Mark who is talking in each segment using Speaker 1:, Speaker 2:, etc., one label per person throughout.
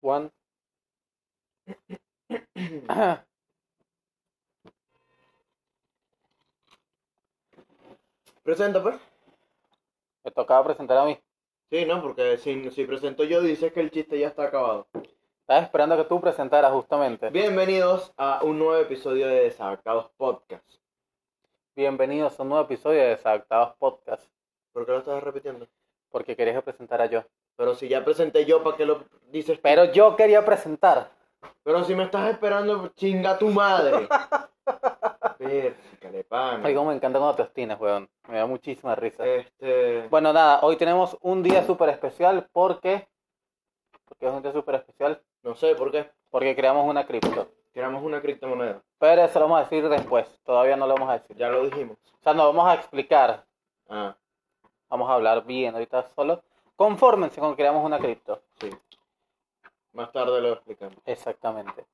Speaker 1: Juan.
Speaker 2: Presenta, pues.
Speaker 1: Me tocaba presentar a mí.
Speaker 2: Sí, no, porque si, si presento yo, dices que el chiste ya está acabado.
Speaker 1: Estaba esperando que tú presentaras justamente.
Speaker 2: Bienvenidos a un nuevo episodio de Desadaptados Podcast.
Speaker 1: Bienvenidos a un nuevo episodio de Desadaptados Podcast.
Speaker 2: ¿Por qué lo estás repitiendo?
Speaker 1: Porque querías que presentara yo.
Speaker 2: Pero si ya presenté yo, ¿para qué lo dices?
Speaker 1: Pero yo quería presentar.
Speaker 2: Pero si me estás esperando, chinga tu madre. Pércale,
Speaker 1: Ay,
Speaker 2: pana.
Speaker 1: cómo me encanta cuando te obstinas, weón. Me da muchísima risa.
Speaker 2: Este...
Speaker 1: Bueno, nada, hoy tenemos un día súper especial porque... Porque es un día súper especial.
Speaker 2: No sé por qué.
Speaker 1: Porque creamos una cripto.
Speaker 2: Tiramos una criptomoneda.
Speaker 1: Pero eso lo vamos a decir después. Todavía no lo vamos a decir.
Speaker 2: Ya lo dijimos.
Speaker 1: O sea, nos vamos a explicar.
Speaker 2: Ah,
Speaker 1: Vamos a hablar bien ahorita solo. Confórmense con que creamos una cripto.
Speaker 2: sí. Más tarde lo explicamos.
Speaker 1: Exactamente.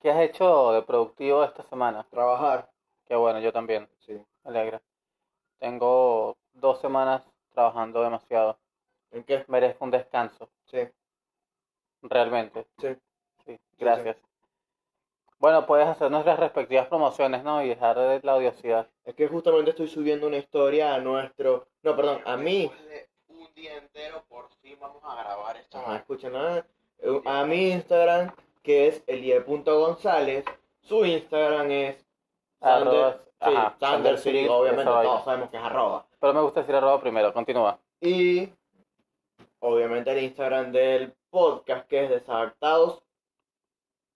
Speaker 1: ¿Qué has hecho de productivo esta semana?
Speaker 2: Trabajar.
Speaker 1: Qué bueno, yo también.
Speaker 2: Sí.
Speaker 1: Me alegra. Tengo dos semanas trabajando demasiado.
Speaker 2: ¿En qué?
Speaker 1: Merezco un descanso,
Speaker 2: Sí,
Speaker 1: realmente.
Speaker 2: sí.
Speaker 1: Sí, gracias. Bueno, puedes hacer nuestras respectivas promociones, ¿no? Y dejar de la odiosidad.
Speaker 2: Es que justamente estoy subiendo una historia a nuestro. No, perdón, a mí.
Speaker 3: un día entero por fin vamos a grabar esta
Speaker 2: Ajá, escucha nada. Eh, A mi Instagram, que es elie.gonzález. Su Instagram es.
Speaker 1: Arroba-
Speaker 2: Sander, sí,
Speaker 1: ajá,
Speaker 2: Sander
Speaker 1: Sander
Speaker 2: City,
Speaker 1: City,
Speaker 2: obviamente
Speaker 1: esa vaina.
Speaker 2: todos sabemos que es arroba.
Speaker 1: Pero me gusta decir arroba primero, continúa.
Speaker 2: Y obviamente el Instagram del podcast, que es desadaptados.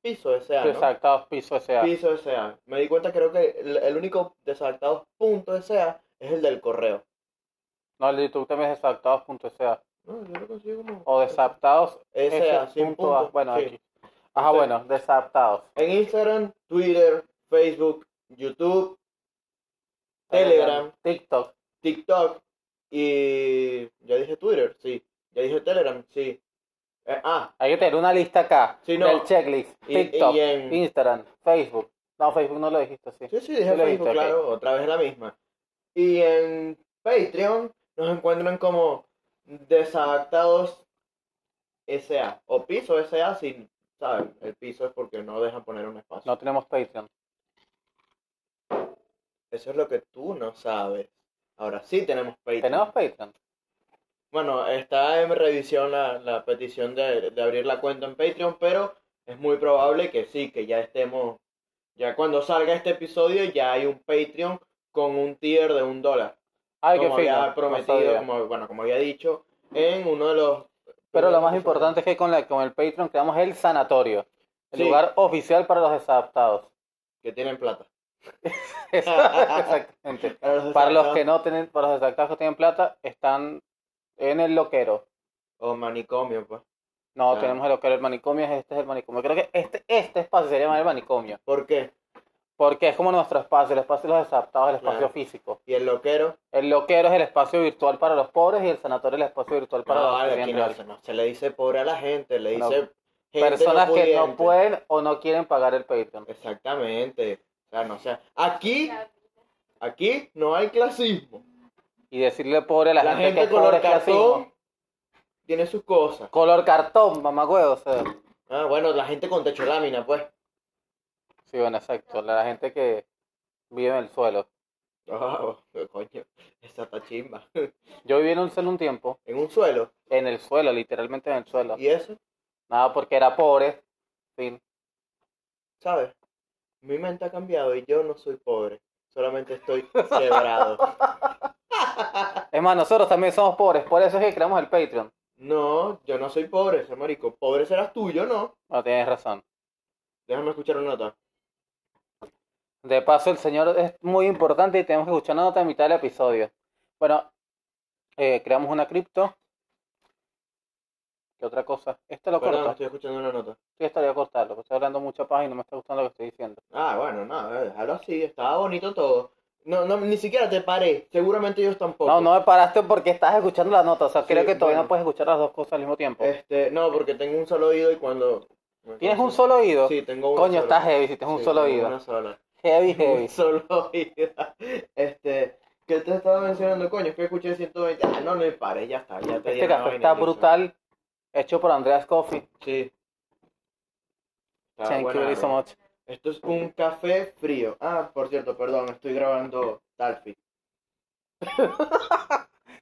Speaker 2: Piso S.A. ¿no?
Speaker 1: Exactados piso S.A.
Speaker 2: Piso S.A. Me di cuenta, creo que el, el único desadaptados punto S.A. es el del correo.
Speaker 1: No, el YouTube también es desadaptados.sa.
Speaker 2: No, yo lo consigo como.
Speaker 1: O desadaptados.
Speaker 2: S.A.
Speaker 1: S
Speaker 2: sin
Speaker 1: punto A.
Speaker 2: punto,
Speaker 1: Bueno,
Speaker 2: sí.
Speaker 1: aquí. Ajá,
Speaker 2: Ok.
Speaker 1: bueno, desadaptados.
Speaker 2: En Instagram, Twitter, Facebook, YouTube, Telegram,
Speaker 1: TikTok.
Speaker 2: TikTok y... Ya dije Twitter, sí. Ya dije Telegram, sí. Eh, ah,
Speaker 1: Hay que tener una lista acá.
Speaker 2: Sí, no.
Speaker 1: Del checklist.
Speaker 2: Y- y
Speaker 1: TikTok,
Speaker 2: en-
Speaker 1: Instagram, Facebook. No, Facebook no lo dijiste, sí.
Speaker 2: sí, sí, dije
Speaker 1: Sí lo
Speaker 2: Facebook,
Speaker 1: dijiste, ok.
Speaker 2: claro, otra vez la misma. Y en Patreon nos encuentran como desadaptados SA o piso SA sin... ¿Saben? El piso es porque no dejan poner un espacio.
Speaker 1: No tenemos Patreon.
Speaker 2: Eso es lo que tú no sabes. Ahora sí tenemos Patreon.
Speaker 1: Tenemos Patreon.
Speaker 2: Bueno, está en revisión la, la petición de, de abrir la cuenta en Patreon, pero es muy probable que sí, que ya estemos, ya cuando salga este episodio ya hay un Patreon con un tier de un dólar,
Speaker 1: Ay, qué
Speaker 2: como
Speaker 1: fino.
Speaker 2: había
Speaker 1: no
Speaker 2: prometido,
Speaker 1: sabía.
Speaker 2: como, bueno, como había dicho, en uno de los...
Speaker 1: Pero lo más importante es que con, la, con el Patreon creamos el sanatorio. El
Speaker 2: Sí.
Speaker 1: lugar oficial para los desadaptados.
Speaker 2: Que tienen plata.
Speaker 1: Exactamente.
Speaker 2: Para los,
Speaker 1: Para los que no tienen, para los desadaptados que tienen plata, están en el loquero.
Speaker 2: O manicomio, pues.
Speaker 1: No,
Speaker 2: Ah.
Speaker 1: tenemos el loquero, el manicomio, este es el manicomio. Creo que este, este espacio se llama el manicomio.
Speaker 2: ¿Por qué?
Speaker 1: Porque es como nuestro espacio, el espacio de los desadaptados, el espacio
Speaker 2: Claro.
Speaker 1: físico.
Speaker 2: ¿Y el loquero?
Speaker 1: El loquero es el espacio virtual para los pobres y el sanatorio es el espacio virtual para
Speaker 2: no,
Speaker 1: los
Speaker 2: Ah, vale,
Speaker 1: que
Speaker 2: aquí
Speaker 1: tienen
Speaker 2: no,
Speaker 1: real.
Speaker 2: se- no se le dice pobre a la gente, le
Speaker 1: No.
Speaker 2: dice... gente
Speaker 1: Personas que no
Speaker 2: pudiente.
Speaker 1: pueden o no quieren pagar el Patreon.
Speaker 2: Exactamente. O sea, no, o sea, aquí, aquí no hay clasismo.
Speaker 1: Y decirle pobre a la, gente, que es pobre
Speaker 2: color
Speaker 1: es clasismo.
Speaker 2: cartón tiene sus cosas.
Speaker 1: Color cartón, mamagüeo. O sea.
Speaker 2: Ah, bueno, la gente con techo de lámina, pues.
Speaker 1: Sí, bueno, exacto. La gente que vive en el suelo.
Speaker 2: Ah, coño, esa está chimba.
Speaker 1: Yo viví en un suelo un tiempo,
Speaker 2: En un suelo.
Speaker 1: en el suelo, literalmente en el suelo.
Speaker 2: Y eso,
Speaker 1: Nada, porque era pobre. Fin.
Speaker 2: ¿sabes? Mi mente ha cambiado y yo no soy pobre. Solamente estoy quebrado.
Speaker 1: Es más, nosotros también somos pobres, por eso es que creamos el Patreon.
Speaker 2: No, yo no soy pobre, ese marico. Pobre serás tú, yo no.
Speaker 1: No, tienes razón.
Speaker 2: Déjame escuchar una nota.
Speaker 1: De paso, el señor es muy importante y tenemos que escuchar una nota a mitad del episodio. Bueno, eh, creamos una cripto. ¿Qué otra cosa? Esto lo
Speaker 2: Perdón,
Speaker 1: corto.
Speaker 2: estoy escuchando una nota.
Speaker 1: Sí, estaría cortarlo, porque estoy hablando mucha paja y no me está gustando lo que estoy diciendo.
Speaker 2: Ah, bueno, no, eh, déjalo así, estaba bonito todo. No, no, ni siquiera te paré, seguramente ellos tampoco.
Speaker 1: No, no me paraste porque estás escuchando la nota. O sea,
Speaker 2: Sí,
Speaker 1: creo que todavía
Speaker 2: bueno.
Speaker 1: no puedes escuchar las dos cosas al mismo tiempo.
Speaker 2: Este, no, porque tengo un solo oído y cuando...
Speaker 1: ¿Tienes un solo oído?
Speaker 2: Sí, tengo uno
Speaker 1: Coño,
Speaker 2: solo.
Speaker 1: estás heavy si tienes un
Speaker 2: Sí,
Speaker 1: solo
Speaker 2: tengo
Speaker 1: oído.
Speaker 2: una sola.
Speaker 1: Heavy,
Speaker 2: Un
Speaker 1: heavy.
Speaker 2: solo oído. Este, ¿qué te estaba mencionando, coño? Es que escuché 120. Ah, no, no me paré, ya está, ya te di
Speaker 1: Este
Speaker 2: una
Speaker 1: café
Speaker 2: vaina,
Speaker 1: está
Speaker 2: listo.
Speaker 1: brutal, hecho por Andreas Coffee.
Speaker 2: Sí, Está
Speaker 1: Thank you
Speaker 2: buena,
Speaker 1: very so
Speaker 2: bro.
Speaker 1: much.
Speaker 2: Esto es un café frío. Ah, por cierto, perdón, estoy grabando Talfi.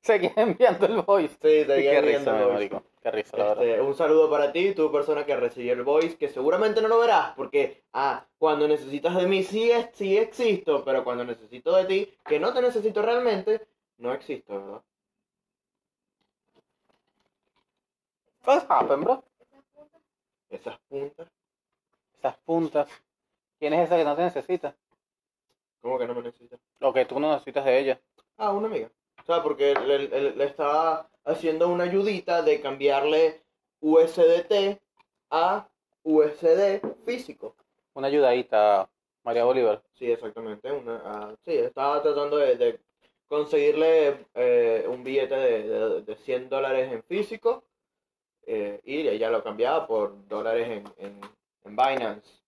Speaker 1: Seguí enviando el voice.
Speaker 2: Sí,
Speaker 1: Y
Speaker 2: te
Speaker 1: qué
Speaker 2: qué
Speaker 1: risa, me marico. Qué risa, la verdad.
Speaker 2: Este, un saludo para ti, tu persona que recibió el voice, que seguramente no lo verás, porque ah, cuando necesitas de mí sí, es, sí existo, pero cuando necesito de ti, que no te necesito realmente, no existo, ¿verdad?
Speaker 1: What's happened, Pues, bro?
Speaker 2: Esas puntas,
Speaker 1: Esas puntas. ¿Quién es esa que no te necesita?
Speaker 2: ¿cómo que no me necesitas?
Speaker 1: Lo que tú no necesitas de ella.
Speaker 2: Ah, una amiga. O sea, porque le, le- le estaba haciendo una ayudita de cambiarle USDT a USD físico.
Speaker 1: Una ayudadita, María Bolívar.
Speaker 2: Sí, exactamente. Una, ah, sí, estaba tratando de, de conseguirle eh, un billete de, de, de 100 dólares en físico eh, y ella lo cambiaba por dólares en, en, en Binance.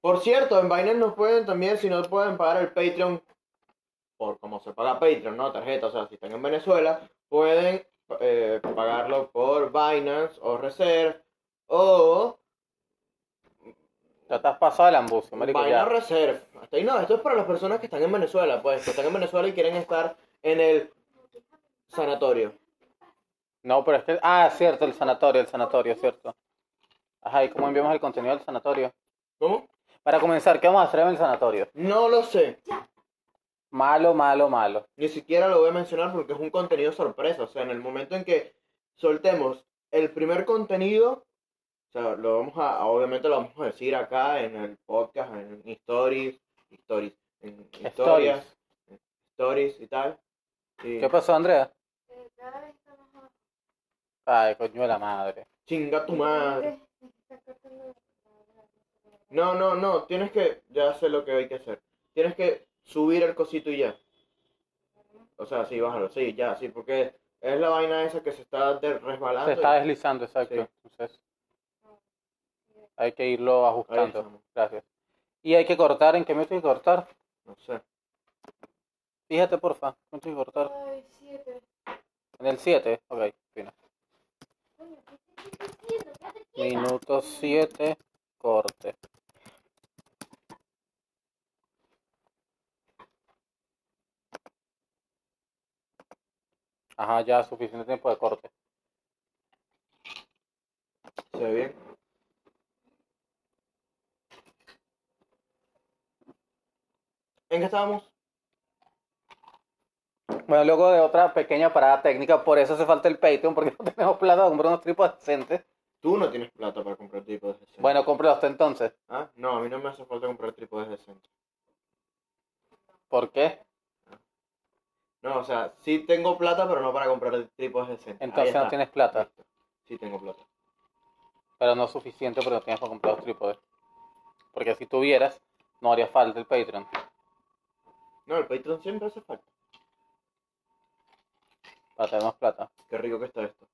Speaker 2: Por cierto, en Binance nos pueden también, si no pueden pagar el Patreon, por como se paga Patreon, ¿no? Tarjeta, o sea, si están en Venezuela, pueden eh, pagarlo por Binance o Reserve o
Speaker 1: Ya te has pasado el ambucio, Pues, marico.
Speaker 2: Vaina
Speaker 1: Ya.
Speaker 2: Reserve. Hasta ahí no, esto es para las personas que están en Venezuela, pues, que están en Venezuela y quieren estar en el sanatorio.
Speaker 1: No, pero es que. Ah, cierto, el sanatorio, el sanatorio, cierto. Ajá, ¿y cómo enviamos el contenido al sanatorio?
Speaker 2: ¿Cómo?
Speaker 1: Para comenzar, ¿qué vamos a hacer en el sanatorio?
Speaker 2: No lo sé.
Speaker 1: Malo, malo, malo.
Speaker 2: Ni siquiera lo voy a mencionar porque es un contenido sorpresa. O sea, en el momento en que soltemos el primer contenido, o sea, lo vamos a, obviamente lo vamos a decir acá en el podcast, en stories, stories, en historias,
Speaker 1: Stories.
Speaker 2: stories y tal. Y
Speaker 1: ¿Qué pasó, Andrea? Ay, coño de la madre.
Speaker 2: chinga tu madre. No, no, no, tienes que, ya sé lo que hay que hacer. Tienes que subir el cosito y ya. O sea, sí, bájalo, sí, ya, sí, porque es la vaina esa que se está de- resbalando.
Speaker 1: Se está
Speaker 2: y-
Speaker 1: deslizando, exacto.
Speaker 2: Ah, Sí.
Speaker 1: Entonces, hay que irlo
Speaker 2: Ahí
Speaker 1: ajustando.
Speaker 2: estamos,
Speaker 1: Gracias. Y hay que cortar, ¿en qué minuto hay que cortar?
Speaker 2: no sé.
Speaker 1: Fíjate, porfa, ¿cuánto hay que cortar? En el 7, ok, fino. Minuto 7, corte. Ajá, ya suficiente tiempo de corte.
Speaker 2: ¿Se ve bien? ¿En qué estábamos?
Speaker 1: Bueno, luego de otra pequeña parada técnica, por eso hace falta el Patreon, porque no tenemos plata para comprar unos tripos decentes.
Speaker 2: Tú no tienes plata para comprar trípodes decentes.
Speaker 1: Bueno, cómpralo hasta entonces.
Speaker 2: ¿Ah? No, a mí no me hace falta comprar trípodes decentes.
Speaker 1: ¿Por qué?
Speaker 2: No, o sea, sí tengo plata, pero no para comprar trípodes decentes. Ahí
Speaker 1: Entonces no
Speaker 2: está.
Speaker 1: tienes plata,
Speaker 2: Listo. Sí tengo plata.
Speaker 1: pero no suficiente porque no tienes para comprar los trípodes. Porque si tuvieras, no haría falta el Patreon.
Speaker 2: No, el Patreon siempre hace falta.
Speaker 1: Para tener más plata.
Speaker 2: Qué rico que está esto.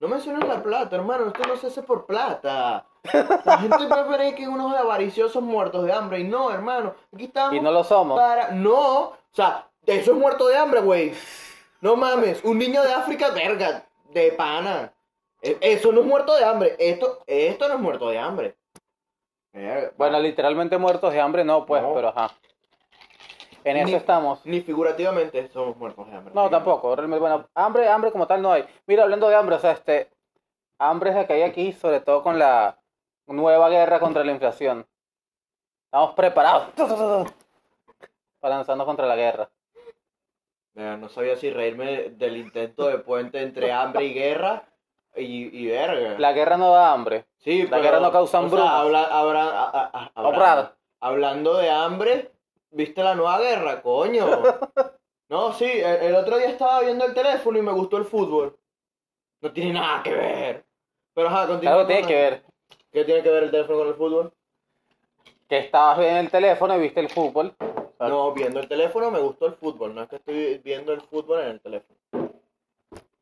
Speaker 2: No menciones la plata, hermano. Esto no se hace por plata. La gente prefiere que unos avariciosos muertos de hambre. Y no, hermano. Aquí estamos
Speaker 1: Y no lo somos.
Speaker 2: para... No. O sea, eso es muerto de hambre, güey. No mames. Un niño de África, verga. De pana. E- Eso no es muerto de hambre. Esto, esto no es muerto de hambre. Verga.
Speaker 1: Eh, Bueno, literalmente muertos de hambre no, pues,
Speaker 2: No.
Speaker 1: pero ajá. En eso
Speaker 2: Ni-
Speaker 1: estamos.
Speaker 2: Ni figurativamente somos muertos de hambre.
Speaker 1: No, tampoco. Realmente, bueno, hambre, hambre como tal no hay. Mira, hablando de hambre, o sea, este... Hambre es la que hay aquí, sobre todo con la nueva guerra contra la inflación. Estamos preparados. Para lanzarnos contra la guerra.
Speaker 2: Verga, no sabía si reírme del intento de puente entre hambre y guerra y, y verga.
Speaker 1: La guerra no da hambre.
Speaker 2: sí,
Speaker 1: la guerra no causa
Speaker 2: o sea,
Speaker 1: hambrunas.
Speaker 2: habla- habrá- a- a- a- habrá-
Speaker 1: Obrar.
Speaker 2: hablando de hambre, ¿viste la nueva guerra, coño? no, sí, el, el otro día estaba viendo el teléfono y me gustó el fútbol. No tiene nada que ver. Pero ajá, continúa.
Speaker 1: Claro que tiene
Speaker 2: con-
Speaker 1: que ver.
Speaker 2: ¿Qué tiene que ver el teléfono con el fútbol?
Speaker 1: que estabas en el teléfono y viste el fútbol. Claro.
Speaker 2: No, viendo el teléfono me gustó el fútbol. No es que estoy viendo el fútbol en el teléfono.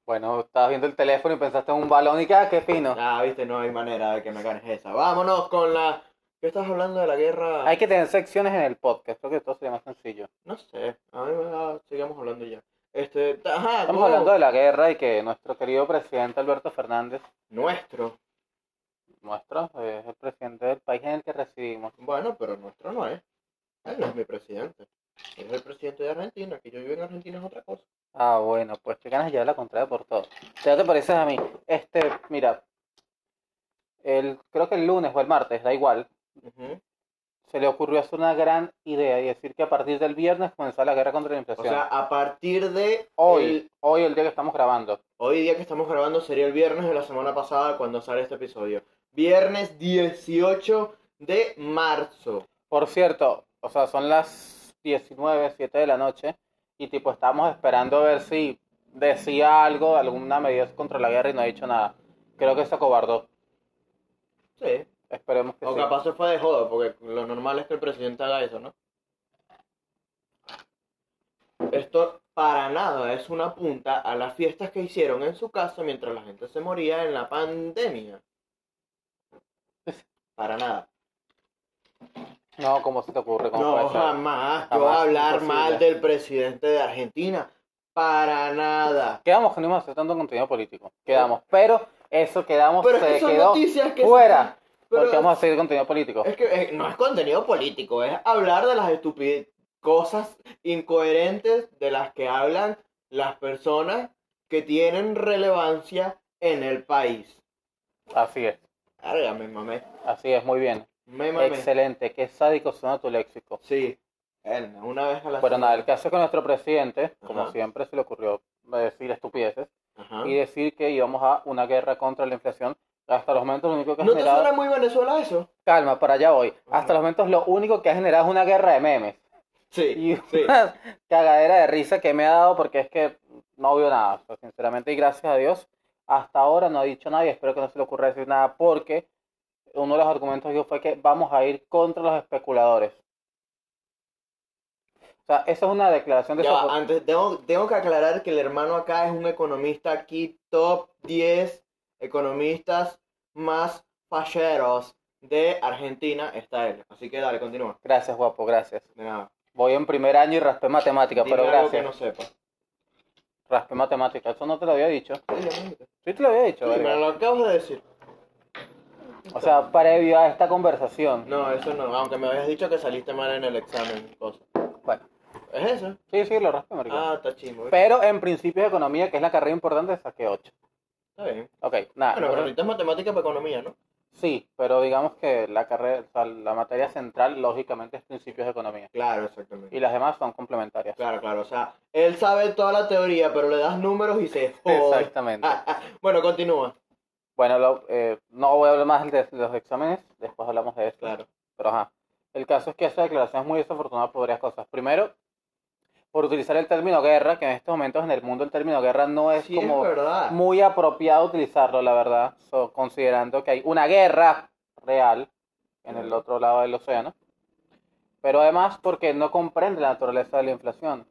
Speaker 1: Bueno, estabas viendo el teléfono y pensaste en un balón y que, ah, qué fino.
Speaker 2: Ah, viste, no hay manera de que me ganes esa. Vámonos con la. ¿Qué estás hablando de la guerra?
Speaker 1: Hay que tener secciones en el podcast, creo que todo sería más sencillo.
Speaker 2: No sé, a mí me da- sigamos hablando ya. Este, ta- ajá,
Speaker 1: Estamos
Speaker 2: go.
Speaker 1: hablando de la guerra y que nuestro querido presidente Alberto Fernández,
Speaker 2: nuestro.
Speaker 1: nuestro, eh, es el presidente del en el que recibimos.
Speaker 2: Bueno, pero nuestro no es. Él no es mi presidente. Él es el presidente de Argentina. Que yo vivo en Argentina es otra cosa.
Speaker 1: Ah, bueno, pues qué ganas de llevar la contraria por todo. ¿Te te pareces a mí? Este, mira, el, creo que el lunes o el martes, da igual,
Speaker 2: Ujú.
Speaker 1: se le ocurrió hacer una gran idea y decir que a partir del viernes comenzó la guerra contra la
Speaker 2: O
Speaker 1: inflación.
Speaker 2: sea, a partir de
Speaker 1: hoy,
Speaker 2: el-
Speaker 1: hoy el día que estamos grabando.
Speaker 2: hoy día que estamos grabando sería el viernes de la semana pasada cuando sale este episodio. Viernes 18 de marzo.
Speaker 1: Por cierto, o sea, son las 19, 7 de la noche y tipo estamos esperando a ver si decía algo, alguna medida contra la guerra y no ha dicho nada. Creo que se acobardó.
Speaker 2: Sí.
Speaker 1: Esperemos que
Speaker 2: O
Speaker 1: sí.
Speaker 2: capaz se fue de joda, porque lo normal es que el presidente haga eso, ¿no? Esto para nada es una punta a las fiestas que hicieron en su casa mientras la gente se moría en la pandemia. Para nada.
Speaker 1: No, pues, ¿cómo se te ocurre? ¿Cómo
Speaker 2: No,
Speaker 1: puede ser?
Speaker 2: jamás. Yo
Speaker 1: Jamás,
Speaker 2: hablar
Speaker 1: imposible.
Speaker 2: mal del presidente de Argentina. Para nada.
Speaker 1: Quedamos que no íbamos a hacer tanto contenido político. Quedamos, pero eso quedamos,
Speaker 2: Pero es
Speaker 1: se
Speaker 2: que son
Speaker 1: quedó
Speaker 2: noticias que...
Speaker 1: fuera.
Speaker 2: Pero-
Speaker 1: porque vamos a seguir contenido político.
Speaker 2: Es que eh, no es contenido político, es hablar de las estupidez, cosas incoherentes de las que hablan las personas que tienen relevancia en el país.
Speaker 1: Así es,
Speaker 2: Verga, me mamé,
Speaker 1: así es, muy bien.
Speaker 2: me mamé.
Speaker 1: Excelente, qué sádico suena tu léxico.
Speaker 2: Sí, bueno, una vez a la
Speaker 1: Pero nada, el caso es que nuestro presidente, como
Speaker 2: Ajá.
Speaker 1: siempre, se le ocurrió decir estupideces
Speaker 2: Ajá.
Speaker 1: y decir que íbamos a una guerra contra la inflación. Hasta los momentos lo único que ha
Speaker 2: ¿No te
Speaker 1: generado...
Speaker 2: suena muy Venezuela eso?
Speaker 1: Calma, para allá voy.
Speaker 2: Ajá.
Speaker 1: Hasta los momentos lo único que ha generado es una guerra de memes.
Speaker 2: Sí,
Speaker 1: Y
Speaker 2: sí.
Speaker 1: una cagadera de risa que me ha dado porque es que no vio nada. o sea, sinceramente, y gracias a Dios, hasta ahora no ha dicho nada y espero que no se le ocurra decir nada porque uno de los argumentos que dio fue que vamos a ir contra los especuladores. O sea, esa es una declaración de
Speaker 2: Ya va, ah. antes tengo, tengo que aclarar que el hermano acá es un economista aquí, top 10 economistas más falleros de Argentina, está él. Así que dale, continúa.
Speaker 1: Gracias, guapo, gracias.
Speaker 2: De nada.
Speaker 1: Voy en primer año y raspé matemática,
Speaker 2: Dime
Speaker 1: pero
Speaker 2: algo
Speaker 1: gracias.
Speaker 2: que no sepa.
Speaker 1: Raspé matemática, eso no te lo había dicho.
Speaker 2: Sí,
Speaker 1: Sí te lo había dicho, verga.
Speaker 2: pero lo acabas de decir.
Speaker 1: O sea, previo a esta conversación.
Speaker 2: No, eso no, aunque me habías dicho que saliste mal en el examen. Cosa.
Speaker 1: Bueno,
Speaker 2: ¿Es eso?
Speaker 1: sí, sí, lo raspé, marica.
Speaker 2: Ah, está chingo. Está
Speaker 1: Pero en principios de economía, que es la carrera importante, saqué 8.
Speaker 2: bien.
Speaker 1: Ok, nada.
Speaker 2: Bueno, ah, pero
Speaker 1: pero-
Speaker 2: ahorita es matemática para economía, ¿no?
Speaker 1: Sí, pero digamos que la carrera, o sea, la materia central, lógicamente, es principios de economía.
Speaker 2: Claro, exactamente.
Speaker 1: Y las demás son complementarias.
Speaker 2: Claro, claro, o sea, él sabe toda la teoría, pero le das números y se jode.
Speaker 1: Exactamente.
Speaker 2: Ah, ah, bueno, continúa.
Speaker 1: Bueno, lo- eh, no voy a hablar más de los exámenes, después hablamos de esto.
Speaker 2: Claro.
Speaker 1: Pero ajá. El caso es que esa declaración es muy desafortunada por varias cosas. Primero, por utilizar el término guerra, que en estos momentos en el mundo el término guerra no es
Speaker 2: Sí,
Speaker 1: como
Speaker 2: es verdad.
Speaker 1: muy apropiado utilizarlo, la verdad, so- considerando que hay una guerra real en el otro lado del océano. Pero además porque no comprende la naturaleza de la inflación,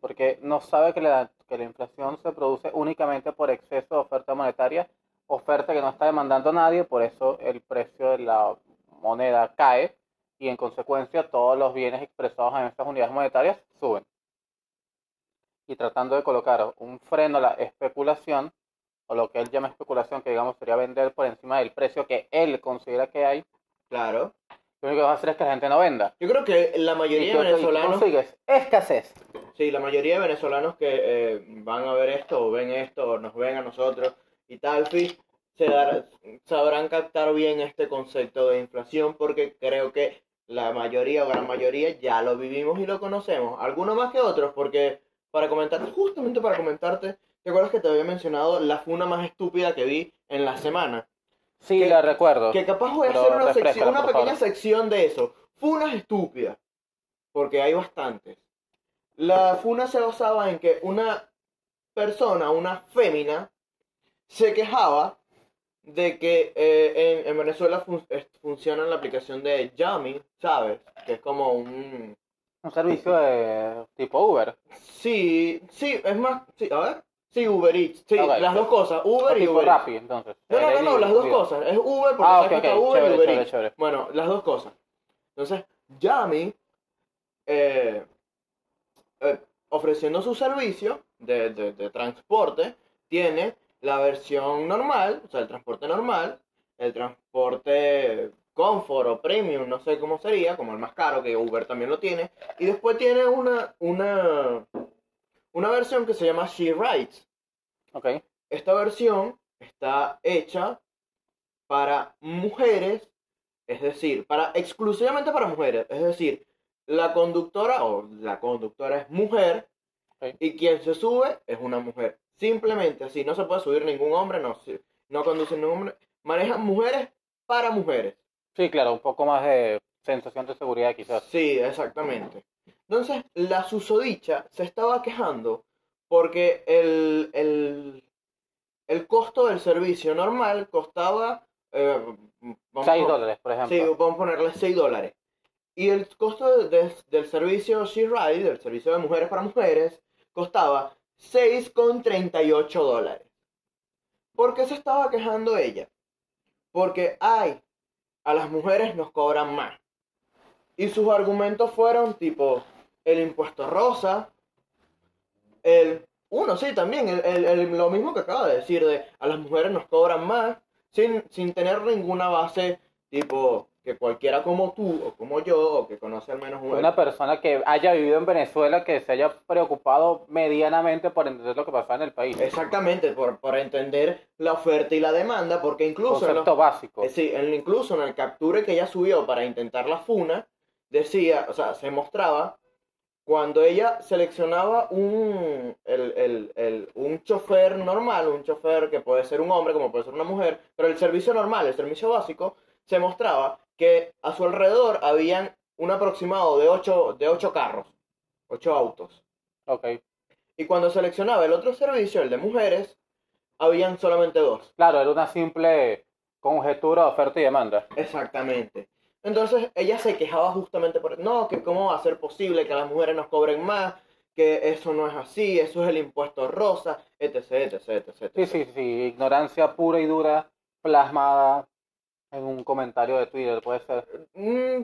Speaker 1: porque no sabe que la, que la inflación se produce únicamente por exceso de oferta monetaria, oferta que no está demandando nadie, por eso el precio de la moneda cae y en consecuencia todos los bienes expresados en estas unidades monetarias suben. Y tratando de colocar un freno a la especulación, o lo que él llama especulación, que digamos sería vender por encima del precio que él considera que hay,
Speaker 2: Claro.
Speaker 1: lo único que va a hacer es que la gente no venda.
Speaker 2: Yo creo que la
Speaker 1: Y
Speaker 2: mayoría
Speaker 1: tú
Speaker 2: de
Speaker 1: ahí
Speaker 2: venezolanos,
Speaker 1: consigues escasez.
Speaker 2: sí, la mayoría de venezolanos que eh, van a ver esto o ven esto o nos ven a nosotros y tal, fi, se dar- sabrán captar bien este concepto de inflación porque creo que la mayoría o gran mayoría ya lo vivimos y lo conocemos. Algunos más que otros porque para comentarte, justamente para comentarte, ¿te acuerdas que te había mencionado la funa más estúpida que vi en la semana?
Speaker 1: Sí,
Speaker 2: Que-
Speaker 1: la recuerdo.
Speaker 2: Que capaz voy a
Speaker 1: Pero
Speaker 2: hacer una,
Speaker 1: refrescala,
Speaker 2: sección- una
Speaker 1: por
Speaker 2: pequeña
Speaker 1: favor.
Speaker 2: sección de eso. Funas estúpidas. Porque hay bastantes. La funa se basaba en que una persona, una fémina, se quejaba de que eh, en, en Venezuela fun- es- funciona la aplicación de Yami, ¿sabes? Que es como un...
Speaker 1: Un servicio de tipo Uber.
Speaker 2: Sí, sí, es más... Sí, a ver. Sí, Uber Eats. Sí,
Speaker 1: Ok,
Speaker 2: las
Speaker 1: pues,
Speaker 2: dos cosas.
Speaker 1: O
Speaker 2: Uber y
Speaker 1: tipo
Speaker 2: Uber Eats.
Speaker 1: Rappi, entonces.
Speaker 2: No, no, no, no, las dos
Speaker 1: Sí.
Speaker 2: cosas. Es Uber porque
Speaker 1: Ah,
Speaker 2: sabes
Speaker 1: ok,
Speaker 2: que
Speaker 1: ok.
Speaker 2: está Uber y
Speaker 1: Chévere,
Speaker 2: Uber
Speaker 1: chévere,
Speaker 2: Eats.
Speaker 1: chévere.
Speaker 2: Bueno, las dos cosas. Entonces, Yami, eh, eh, ofreciendo su servicio de, de- de transporte, tiene la versión normal, o sea, el transporte normal, el transporte confort o premium, no sé cómo sería, como el más caro, que Uber también lo tiene. Y después tiene una, una, una versión que se llama She Rides.
Speaker 1: Ok.
Speaker 2: Esta versión está hecha para mujeres, es decir, para exclusivamente para mujeres, es decir, la conductora o la conductora es mujer
Speaker 1: Ok.
Speaker 2: y quien se sube es una mujer. Simplemente así, no se puede subir ningún hombre, no, se- no conduce ningún hombre. Manejan mujeres para mujeres.
Speaker 1: Sí, claro, un poco más de sensación de seguridad quizás.
Speaker 2: Sí, exactamente. Entonces, la susodicha se estaba quejando porque el, el, el costo del servicio normal costaba... eh, vamos
Speaker 1: 6
Speaker 2: a-
Speaker 1: dólares, por
Speaker 2: Sí,
Speaker 1: ejemplo.
Speaker 2: vamos a ponerle 6 dólares. Y el costo de- de- del servicio She Ride, del servicio de mujeres para mujeres, costaba 6,38 dólares. ¿Por qué se estaba quejando ella? Porque, ay, a las mujeres nos cobran más. Y sus argumentos fueron tipo el impuesto rosa, el... Uno, sí, también, el- el- el- lo mismo que acaba de decir, de a las mujeres nos cobran más, sin, sin tener ninguna base Tipo, que cualquiera como tú o como yo, o que conoce al menos una...
Speaker 1: Una persona que haya vivido en Venezuela que se haya preocupado medianamente por entender lo que pasaba en el país.
Speaker 2: Exactamente, por, por entender la oferta y la demanda, porque incluso... en los-
Speaker 1: Concepto básico.
Speaker 2: eh, sí, en- incluso en el capture que ella subió para intentar la funa, decía, o sea, se mostraba cuando ella seleccionaba un, el, el- el- un chofer normal, un chofer que puede ser un hombre como puede ser una mujer, pero el servicio normal, el servicio básico, se mostraba que a su alrededor habían un aproximado de ocho, de ocho carros, ocho autos.
Speaker 1: Ok.
Speaker 2: Y cuando seleccionaba el otro servicio, el de mujeres, habían solamente dos.
Speaker 1: Claro, era una simple conjetura de oferta y demanda.
Speaker 2: Exactamente. Entonces ella se quejaba justamente por, no, que cómo va a ser posible que las mujeres nos cobren más, que eso no es así, eso es el impuesto rosa, etc, etc, etc.
Speaker 1: Sí, sí, sí, ignorancia pura y dura plasmada en un comentario de Twitter, puede ser.
Speaker 2: Mm,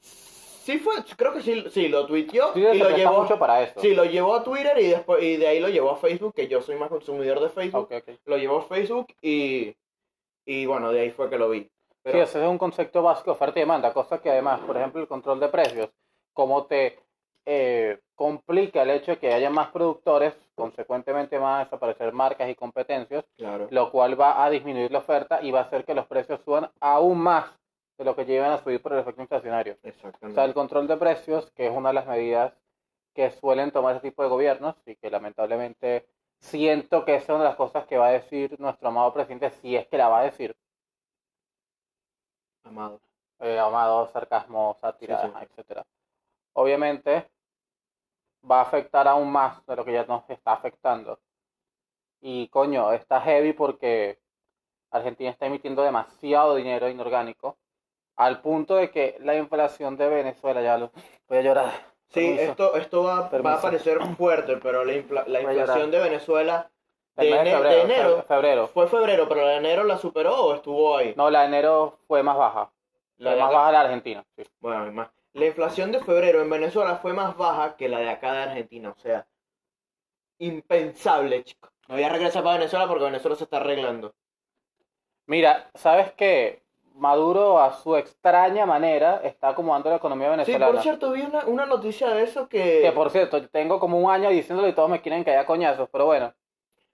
Speaker 2: sí fue, creo que sí, sí, lo tuiteó
Speaker 1: Twitter se
Speaker 2: y lo
Speaker 1: presta
Speaker 2: llevó,
Speaker 1: mucho para eso.
Speaker 2: sí, lo llevó a Twitter y después y de ahí lo llevó a Facebook, que yo soy más consumidor de Facebook,
Speaker 1: Ok, ok.
Speaker 2: lo llevó a Facebook y, y bueno, de ahí fue que lo vi. Pero
Speaker 1: Sí, ese es un concepto básico de oferta y demanda, cosa que además, por ejemplo, el control de precios, como te eh, complica el hecho de que haya más productores, consecuentemente van a desaparecer marcas y competencias,
Speaker 2: claro.
Speaker 1: lo cual va a disminuir la oferta y va a hacer que los precios suban aún más de lo que llevan a subir por el efecto inflacionario. O
Speaker 2: Exactamente.
Speaker 1: sea, el control de precios, que es una de las medidas que suelen tomar ese tipo de gobiernos y que lamentablemente siento que esa es una de las cosas que va a decir nuestro amado presidente, si es que la va a decir.
Speaker 2: Amado.
Speaker 1: Eh, amado, sarcasmo, sátira,
Speaker 2: Sí, sí.
Speaker 1: ajá, etcétera. Obviamente va a afectar aún más de lo que ya nos está afectando. Y coño, está heavy porque Argentina está emitiendo demasiado dinero inorgánico al punto de que la inflación de Venezuela, ya lo voy a llorar.
Speaker 2: Sí,
Speaker 1: Permiso.
Speaker 2: esto, esto va, va a
Speaker 1: Permiso.
Speaker 2: parecer fuerte, pero la, infla- la
Speaker 1: Voy a llorar.
Speaker 2: inflación de Venezuela
Speaker 1: El
Speaker 2: de
Speaker 1: mes
Speaker 2: ene- de
Speaker 1: febrero,
Speaker 2: enero.
Speaker 1: fe- febrero.
Speaker 2: fue febrero, pero la de enero la superó o estuvo ahí.
Speaker 1: No, la de enero fue más baja.
Speaker 2: la
Speaker 1: fue
Speaker 2: de
Speaker 1: más
Speaker 2: acá-
Speaker 1: baja la de Argentina. sí.
Speaker 2: Bueno, hay más. La inflación de febrero en Venezuela fue más baja que la de acá de Argentina, o sea, impensable, chicos. No voy a regresar para Venezuela porque Venezuela se está arreglando.
Speaker 1: Mira, ¿sabes qué? Maduro a su extraña manera está acomodando la economía
Speaker 2: Sí,
Speaker 1: venezolana.
Speaker 2: por cierto, vi una, una noticia de eso que...
Speaker 1: Que por cierto, yo tengo como un año diciéndolo y todos me quieren callar coñazos, pero bueno,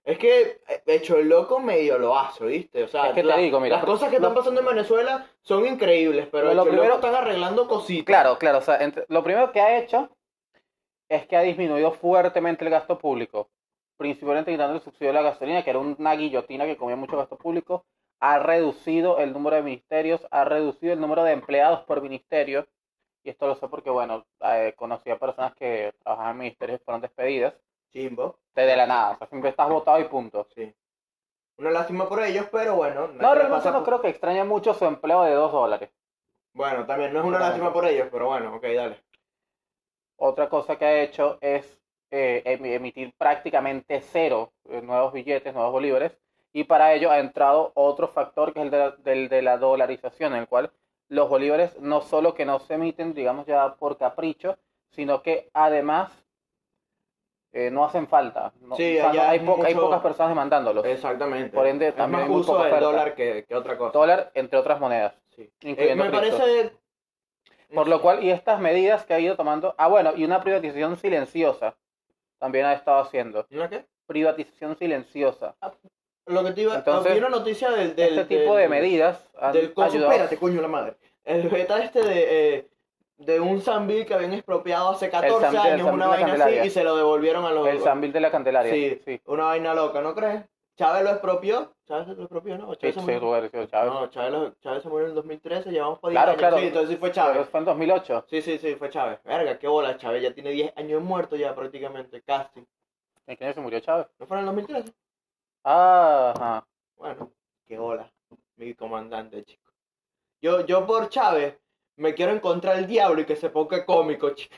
Speaker 2: Es que, eh, de hecho, el loco medio lo hace, ¿viste? O sea,
Speaker 1: Es que te
Speaker 2: la-
Speaker 1: digo, mira,
Speaker 2: las cosas que están
Speaker 1: lo-
Speaker 2: pasando en Venezuela son increíbles, pero
Speaker 1: Lo
Speaker 2: el primero
Speaker 1: primero-
Speaker 2: están arreglando cositas.
Speaker 1: claro, claro, o sea, entre- lo primero que ha hecho es que ha disminuido fuertemente el gasto público, principalmente quitando el subsidio de la gasolina, que era una guillotina que comía mucho gasto público, ha reducido el número de ministerios, ha reducido el número de empleados por ministerio, y esto lo sé porque, bueno, eh, conocí a personas que trabajaban en ministerios y fueron despedidas,
Speaker 2: Chimbo.
Speaker 1: de, de la nada, o sea, siempre estás votado y punto.
Speaker 2: Una lástima por ellos, pero
Speaker 1: No,
Speaker 2: bueno. se le
Speaker 1: realmente
Speaker 2: pasa
Speaker 1: no
Speaker 2: pu-
Speaker 1: creo que extraña mucho su empleo de dos dólares.
Speaker 2: Bueno, también no es una lástima por ellos, pero bueno, ok, dale.
Speaker 1: Otra cosa que ha hecho es eh, emi- emitir prácticamente cero eh, nuevos billetes, nuevos bolívares, y para ello ha entrado otro factor que es el de la, del- de la dolarización, en el cual los bolívares no solo que no se emiten, digamos ya por capricho, sino que además eh, no hacen falta. No-
Speaker 2: Sí,
Speaker 1: o sea, no-
Speaker 2: allá
Speaker 1: hay,
Speaker 2: es
Speaker 1: poca- hay
Speaker 2: mucho-
Speaker 1: pocas personas demandándolos.
Speaker 2: Exactamente.
Speaker 1: Por ende,
Speaker 2: es
Speaker 1: también
Speaker 2: más
Speaker 1: hay muy
Speaker 2: uso
Speaker 1: poca
Speaker 2: del
Speaker 1: oferta.
Speaker 2: dólar que, que otra cosa.
Speaker 1: Dólar, entre otras monedas.
Speaker 2: Sí. Eh,
Speaker 1: incluyendo
Speaker 2: me
Speaker 1: cripto.
Speaker 2: parece
Speaker 1: Por lo cual, y estas medidas que ha ido tomando. Ah, bueno, y una privatización silenciosa también ha estado haciendo.
Speaker 2: ¿Una qué?
Speaker 1: Privatización silenciosa.
Speaker 2: Lo que te iba
Speaker 1: Entonces,
Speaker 2: había una noticia del, del
Speaker 1: Este tipo de
Speaker 2: del-
Speaker 1: medidas han
Speaker 2: del coso,
Speaker 1: ayudado.
Speaker 2: espérate, coño la madre. El beta este de, eh, de un Zambil que habían expropiado hace 14
Speaker 1: Zambil- el
Speaker 2: años,
Speaker 1: Zambil
Speaker 2: una
Speaker 1: de
Speaker 2: vaina así,
Speaker 1: Candelaria.
Speaker 2: y se lo devolvieron a los...
Speaker 1: El Sambil de la Candelaria.
Speaker 2: Sí.
Speaker 1: sí.
Speaker 2: Una vaina loca, ¿no crees? Chávez lo expropió, Chávez lo expropió, ¿no?
Speaker 1: Sí,
Speaker 2: Chávez
Speaker 1: sí,
Speaker 2: se murió.
Speaker 1: Robert, sí, Chávez.
Speaker 2: No, Chávez, lo- Chávez se murió en el 2013, llevamos para 10
Speaker 1: Claro,
Speaker 2: años.
Speaker 1: claro.
Speaker 2: Sí, entonces sí fue
Speaker 1: Pero
Speaker 2: Chávez.
Speaker 1: fue en 2008.
Speaker 2: Sí, sí, sí, fue Chávez. Verga, qué bola, Chávez ya tiene 10 años muerto ya prácticamente, casi.
Speaker 1: ¿En qué año se murió Chávez?
Speaker 2: ¿No fue en el 2013?
Speaker 1: Ah, ajá.
Speaker 2: Bueno, qué bola, mi comandante, chico. Yo, yo por Chávez me quiero encontrar el diablo y que se ponga cómico, chico.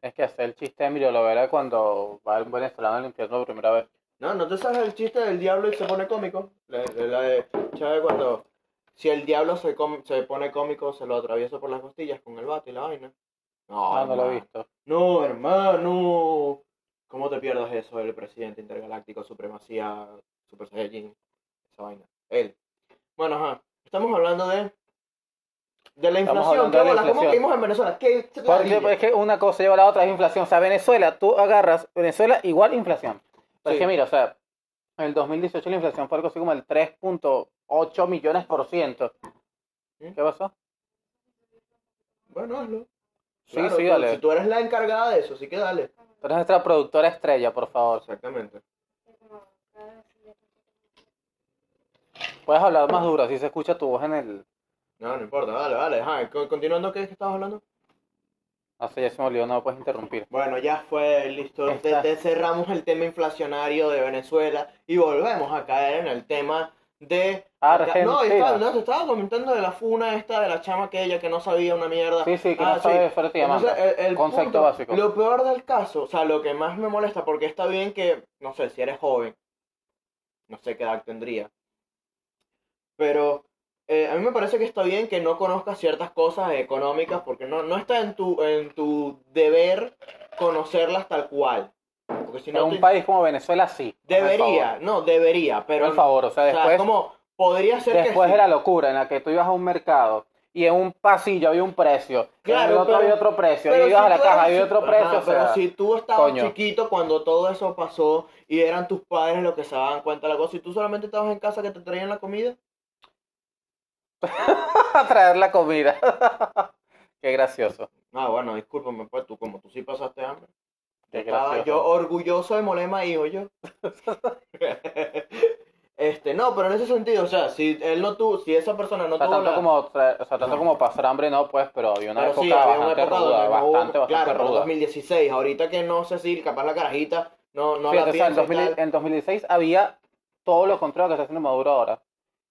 Speaker 1: Es que hacer el chiste de Emilio Lovera cuando va un venezolano al infierno por primera vez.
Speaker 2: No, ¿no te sabes el chiste del diablo y se pone cómico? La, la- la de Chávez cuando... Si el diablo se, com- se pone cómico, se lo atraviesa por las costillas con el bate y la vaina. No,
Speaker 1: Ah, no lo he
Speaker 2: hermano.
Speaker 1: visto.
Speaker 2: No, hermano. ¿Cómo te pierdas eso del presidente intergaláctico, supremacía, super saiyajin? Esa vaina. Él. Bueno, ajá. Estamos hablando de... De la
Speaker 1: Estamos
Speaker 2: inflación.
Speaker 1: hablando de
Speaker 2: ¿Qué
Speaker 1: la
Speaker 2: bola? ¿Cómo
Speaker 1: inflación.
Speaker 2: caímos en Venezuela? ¿Qué? qué
Speaker 1: Porque pues,
Speaker 2: ladilla?
Speaker 1: es que una cosa lleva a la otra, es inflación. O sea, Venezuela, tú agarras Venezuela igual inflación. Pero es
Speaker 2: Sí.
Speaker 1: que mira, o sea, en el 2018 la inflación fue algo así como el 3.8 millones por ciento.
Speaker 2: ¿Mm?
Speaker 1: ¿Qué pasó?
Speaker 2: Bueno, hazlo.
Speaker 1: Sí,
Speaker 2: Claro,
Speaker 1: sí,
Speaker 2: tú-
Speaker 1: dale.
Speaker 2: Si tú eres la encargada de eso, sí que dale.
Speaker 1: Tú eres nuestra productora estrella, por favor.
Speaker 2: Exactamente.
Speaker 1: Puedes hablar más duro, así se escucha tu voz en el...
Speaker 2: No, no importa, dale, dale. Ajá, con- continuando, ¿qué es que estabas hablando?
Speaker 1: No sé, ya se me olvidó, no me puedes interrumpir.
Speaker 2: Bueno, ya fue, listo. Te-
Speaker 1: Está.
Speaker 2: te cerramos el tema inflacionario de Venezuela y volvemos a caer en el tema de...
Speaker 1: Argentina.
Speaker 2: Ah, No, estaba, no, te estaba comentando de la funa esta de la chama que ella que no sabía una mierda.
Speaker 1: Sí, sí, que
Speaker 2: Ah,
Speaker 1: no sabe Fuerte y Amanda.
Speaker 2: Entonces, el, el
Speaker 1: Concepto
Speaker 2: punto,
Speaker 1: básico.
Speaker 2: Lo peor del caso, o sea, lo que más me molesta, porque está bien que, no sé, si eres joven, no sé qué edad tendría, pero eh, a mí me parece que está bien que no conozcas ciertas cosas económicas, porque no, no está en tu, en tu deber conocerlas tal cual. Porque si
Speaker 1: en
Speaker 2: no,
Speaker 1: un
Speaker 2: te-
Speaker 1: país como Venezuela sí.
Speaker 2: debería, no, debería, pero
Speaker 1: Por favor, o sea,
Speaker 2: o sea,
Speaker 1: después,
Speaker 2: como podría ser
Speaker 1: después
Speaker 2: que sí.
Speaker 1: de la locura en la que tú ibas a un mercado y en un pasillo había un precio, en
Speaker 2: Claro,
Speaker 1: el otro
Speaker 2: pero-
Speaker 1: había otro precio, y
Speaker 2: Pero
Speaker 1: ibas
Speaker 2: si
Speaker 1: a la
Speaker 2: tú
Speaker 1: caja
Speaker 2: eras-
Speaker 1: había otro
Speaker 2: Ajá,
Speaker 1: precio, o
Speaker 2: pero
Speaker 1: sea,
Speaker 2: si tú estabas
Speaker 1: coño.
Speaker 2: chiquito cuando todo eso pasó y eran tus padres los que se daban cuenta de la cosa y tú solamente estabas en casa que te traían la comida,
Speaker 1: a traer la comida. Qué gracioso.
Speaker 2: ah, bueno, discúlpame, pues tú, como tú sí pasaste hambre,
Speaker 1: Qué
Speaker 2: estaba
Speaker 1: gracioso.
Speaker 2: yo orgulloso de Molema, hijo yo. este, no, pero en ese sentido, o sea, si él no tuvo, si esa persona no
Speaker 1: O sea,
Speaker 2: tuvo
Speaker 1: tanto
Speaker 2: la-
Speaker 1: como, tra- o sea, tanto como pasar hambre no, pues, pero había una
Speaker 2: Pero
Speaker 1: época
Speaker 2: sí, había una
Speaker 1: bastante
Speaker 2: época
Speaker 1: ruda,
Speaker 2: donde no hubo-
Speaker 1: bastante, bastante
Speaker 2: claro, pero
Speaker 1: ruda.
Speaker 2: 2016, ahorita que no sé si capaz la carajita no, no
Speaker 1: Fíjate,
Speaker 2: la
Speaker 1: o sea,
Speaker 2: piensa
Speaker 1: en,
Speaker 2: y
Speaker 1: 2000
Speaker 2: tal.
Speaker 1: en 2016 había todo lo contrario que está haciendo Maduro ahora,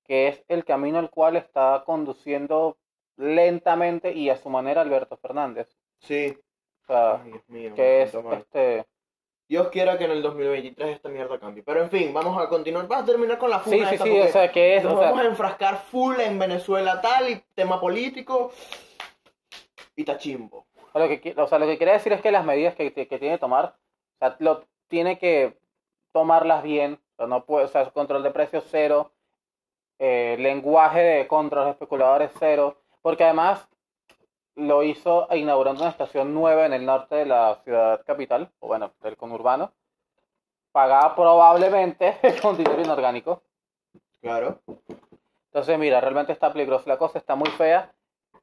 Speaker 1: que es el camino al cual está conduciendo lentamente y a su manera Alberto Fernández.
Speaker 2: Sí.
Speaker 1: O sea,
Speaker 2: Ay, Dios mío, me
Speaker 1: Ah, que es
Speaker 2: siento mal.
Speaker 1: este...
Speaker 2: Dios quiera que en el 2023 esta mierda cambie. Pero en fin, vamos a continuar. Vas a terminar con la funa
Speaker 1: Sí, sí,
Speaker 2: esta
Speaker 1: sí,
Speaker 2: porque
Speaker 1: o sea, que es...
Speaker 2: nos
Speaker 1: o sea,
Speaker 2: vamos a enfrascar full en Venezuela tal y tema político. Y tachimbo.
Speaker 1: a lo que, qui- o sea, lo que quería decir es que las medidas que, que tiene que tomar, o sea, lo, tiene que tomarlas bien, o sea, no puede, o sea, control de precios cero, eh, lenguaje de contra los especuladores cero, porque además lo hizo inaugurando una estación nueva en el norte de la ciudad capital, o bueno, del conurbano, pagada probablemente con dinero inorgánico.
Speaker 2: Claro.
Speaker 1: Entonces, mira, realmente está peligrosa la cosa, está muy fea.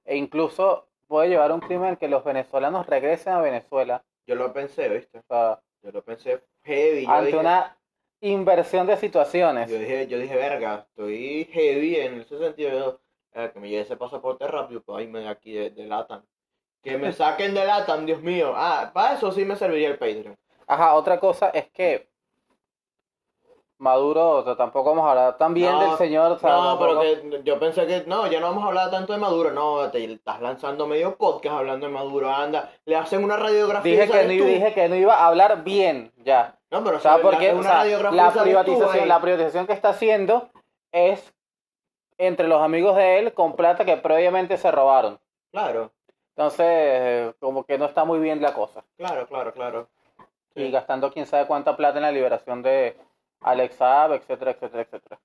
Speaker 1: E incluso puede llevar a un clima en que los venezolanos regresen a Venezuela.
Speaker 2: Yo lo pensé, ¿viste?
Speaker 1: o sea,
Speaker 2: Yo lo pensé heavy. Yo
Speaker 1: ante
Speaker 2: dije,
Speaker 1: una inversión de situaciones.
Speaker 2: yo, dije, yo dije, verga, estoy heavy en ese sentido. Eh, que me lleve ese pasaporte rápido pues, para irme de aquí de, de Latam. Que me saquen de Latam, Dios mío. Ah, para eso sí me serviría el Patreon.
Speaker 1: Ajá, otra cosa es que Maduro, o sea, tampoco vamos a hablar tan bien
Speaker 2: No,
Speaker 1: del señor. o sea,
Speaker 2: No, pero
Speaker 1: tampoco-
Speaker 2: que yo pensé que no, ya no vamos a hablar tanto de Maduro, no, te estás lanzando medio podcast hablando de Maduro, anda, le hacen una radiografía. y
Speaker 1: Dije que,
Speaker 2: sales
Speaker 1: no,
Speaker 2: tú.
Speaker 1: dije que no iba a hablar bien, ya.
Speaker 2: No, pero
Speaker 1: O sea,
Speaker 2: sale- le
Speaker 1: porque
Speaker 2: hacen
Speaker 1: o
Speaker 2: una
Speaker 1: sea,
Speaker 2: radiografía y
Speaker 1: la,
Speaker 2: sales tú,
Speaker 1: privatización,
Speaker 2: ahí.
Speaker 1: la privatización que está haciendo es entre los amigos de él con plata que previamente se robaron.
Speaker 2: Claro,
Speaker 1: Entonces, eh, como que no está muy bien la cosa.
Speaker 2: claro, claro, claro. Sí.
Speaker 1: Y gastando quién sabe cuánta plata en la liberación de Alex Saab, etcétera, etcétera, etcétera.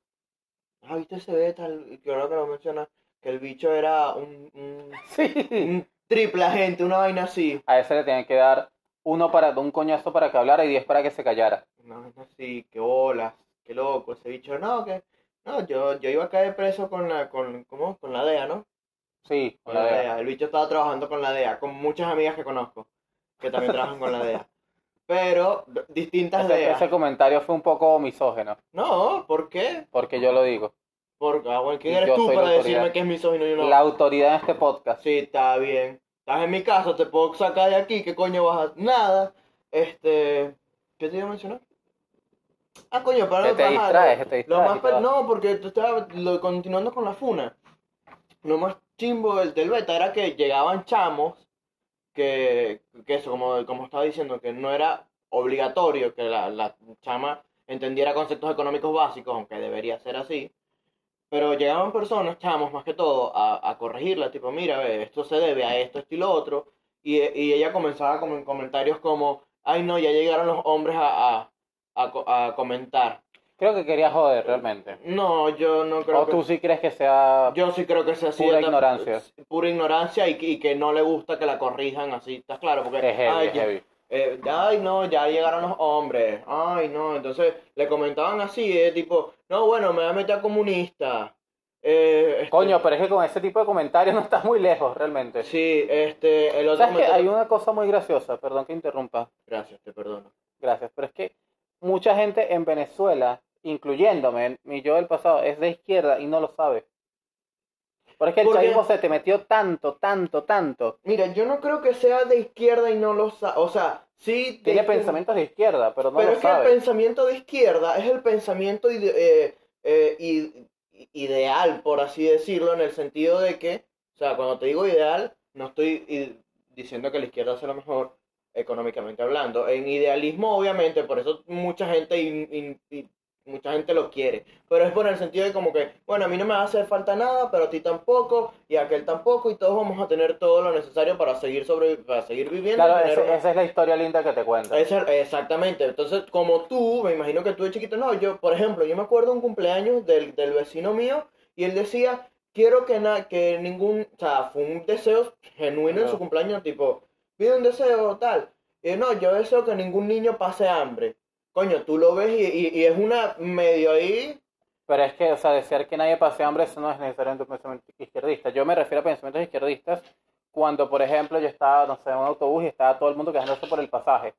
Speaker 2: Ah, viste ese beta, el- que ahora que lo mencionas, que el bicho era un, un,
Speaker 1: Sí.
Speaker 2: un triple agente, una vaina así.
Speaker 1: A ese le tenían que dar uno para un coñazo para que hablara y diez para que se callara.
Speaker 2: Una vaina así, qué bolas, qué loco. Ese bicho, no, que. No, yo, yo iba a caer preso con la, con, ¿cómo? con la DEA, ¿no?
Speaker 1: Sí,
Speaker 2: Con
Speaker 1: la
Speaker 2: la
Speaker 1: DEA.
Speaker 2: DEA. El bicho estaba trabajando con la DEA, con muchas amigas que conozco, que también trabajan con la DEA. Pero, d- distintas
Speaker 1: Ese,
Speaker 2: DEA.
Speaker 1: ese comentario fue un poco misógeno,
Speaker 2: No, ¿por qué?
Speaker 1: porque yo lo digo.
Speaker 2: Porque, ah, bueno, ¿quién
Speaker 1: Yo
Speaker 2: eres tú
Speaker 1: soy la
Speaker 2: para decirme
Speaker 1: autoridad.
Speaker 2: que es misógino y no?
Speaker 1: La autoridad en este podcast.
Speaker 2: Sí, está bien. Estás en mi casa, te puedo sacar de aquí, ¿qué coño vas a...? Nada. Este... ¿Qué te iba a mencionar? Ah, coño, para
Speaker 1: Que
Speaker 2: no
Speaker 1: te
Speaker 2: bajar.
Speaker 1: distraes, te
Speaker 2: Lo
Speaker 1: distraes.
Speaker 2: más
Speaker 1: y te
Speaker 2: per-
Speaker 1: vas.
Speaker 2: No, porque tú estabas lo- continuando con la funa. Lo más chimbo del, del beta era que llegaban chamos que, que eso, como, como estaba diciendo, que no era obligatorio que la, la chama entendiera conceptos económicos básicos, aunque debería ser así. Pero llegaban personas, chamos más que todo, a, a corregirla, tipo, mira, ve, esto se debe a esto, esto y lo otro. Y, y ella comenzaba como en comentarios como, ay no, ya llegaron los hombres a, a, a co- a comentar.
Speaker 1: Creo que quería joder realmente.
Speaker 2: No, yo no creo
Speaker 1: o
Speaker 2: que...
Speaker 1: tú sí crees que sea...
Speaker 2: Yo sí creo que se así.
Speaker 1: Pura
Speaker 2: es la-
Speaker 1: ignorancia.
Speaker 2: Pura ignorancia y, que- y que no le gusta que la corrijan así, ¿estás claro? Porque,
Speaker 1: Es heavy,
Speaker 2: ay,
Speaker 1: es
Speaker 2: ya-
Speaker 1: heavy.
Speaker 2: eh, ay, no, ya llegaron los hombres. Ay, no, entonces le comentaban así, eh, tipo, no, bueno, me voy a meter a comunista. Eh, este,
Speaker 1: Coño, pero es que con ese tipo de comentarios no estás muy lejos realmente.
Speaker 2: Sí, este, el otro...
Speaker 1: ¿Sabes que
Speaker 2: comentario-
Speaker 1: Hay una cosa muy graciosa, perdón que interrumpa.
Speaker 2: Gracias, te perdono.
Speaker 1: Gracias, pero es que mucha gente en Venezuela, incluyéndome, en mi yo del pasado, es de izquierda y no lo sabe. Porque es que el
Speaker 2: ¿Por qué?
Speaker 1: chavismo se te metió tanto, tanto, tanto.
Speaker 2: Mira, yo no creo que sea de izquierda y no lo sabe. O sea, sí... de
Speaker 1: Tiene
Speaker 2: izquierda-
Speaker 1: pensamientos de izquierda, pero no
Speaker 2: Pero
Speaker 1: lo
Speaker 2: es que el
Speaker 1: sabe.
Speaker 2: pensamiento de izquierda es el pensamiento ide- eh, eh, i- i- ideal, por así decirlo, en el sentido de que, o sea, cuando te digo ideal, no estoy i- diciendo que la izquierda sea lo mejor económicamente hablando. En idealismo, obviamente, por eso mucha gente in- in- in- mucha gente lo quiere. Pero es por el sentido de como que, bueno, a mí no me va a hacer falta nada, pero a ti tampoco, y a aquel tampoco, y todos vamos a tener todo lo necesario para seguir sobre, para seguir viviendo. y
Speaker 1: Claro,
Speaker 2: tener
Speaker 1: ese-
Speaker 2: una-
Speaker 1: esa es la historia linda que te cuento.
Speaker 2: esa- exactamente. Entonces, como tú, me imagino que tú de chiquito, no, yo, por ejemplo, yo me acuerdo un cumpleaños del, del vecino mío y él decía, quiero que, na, que ningún, o sea, fue un deseo genuino en
Speaker 1: Ajá.
Speaker 2: su cumpleaños, tipo, pide un deseo tal. Y no, yo deseo que ningún niño pase hambre. Coño, tú lo ves y, y, y es una medio ahí,
Speaker 1: Pero es que, o sea, desear que nadie pase hambre, eso no es necesariamente un pensamiento izquierdista. Yo me refiero a pensamientos izquierdistas cuando, por ejemplo, yo estaba, no sé, en un autobús y estaba todo el mundo quejándose por el pasaje.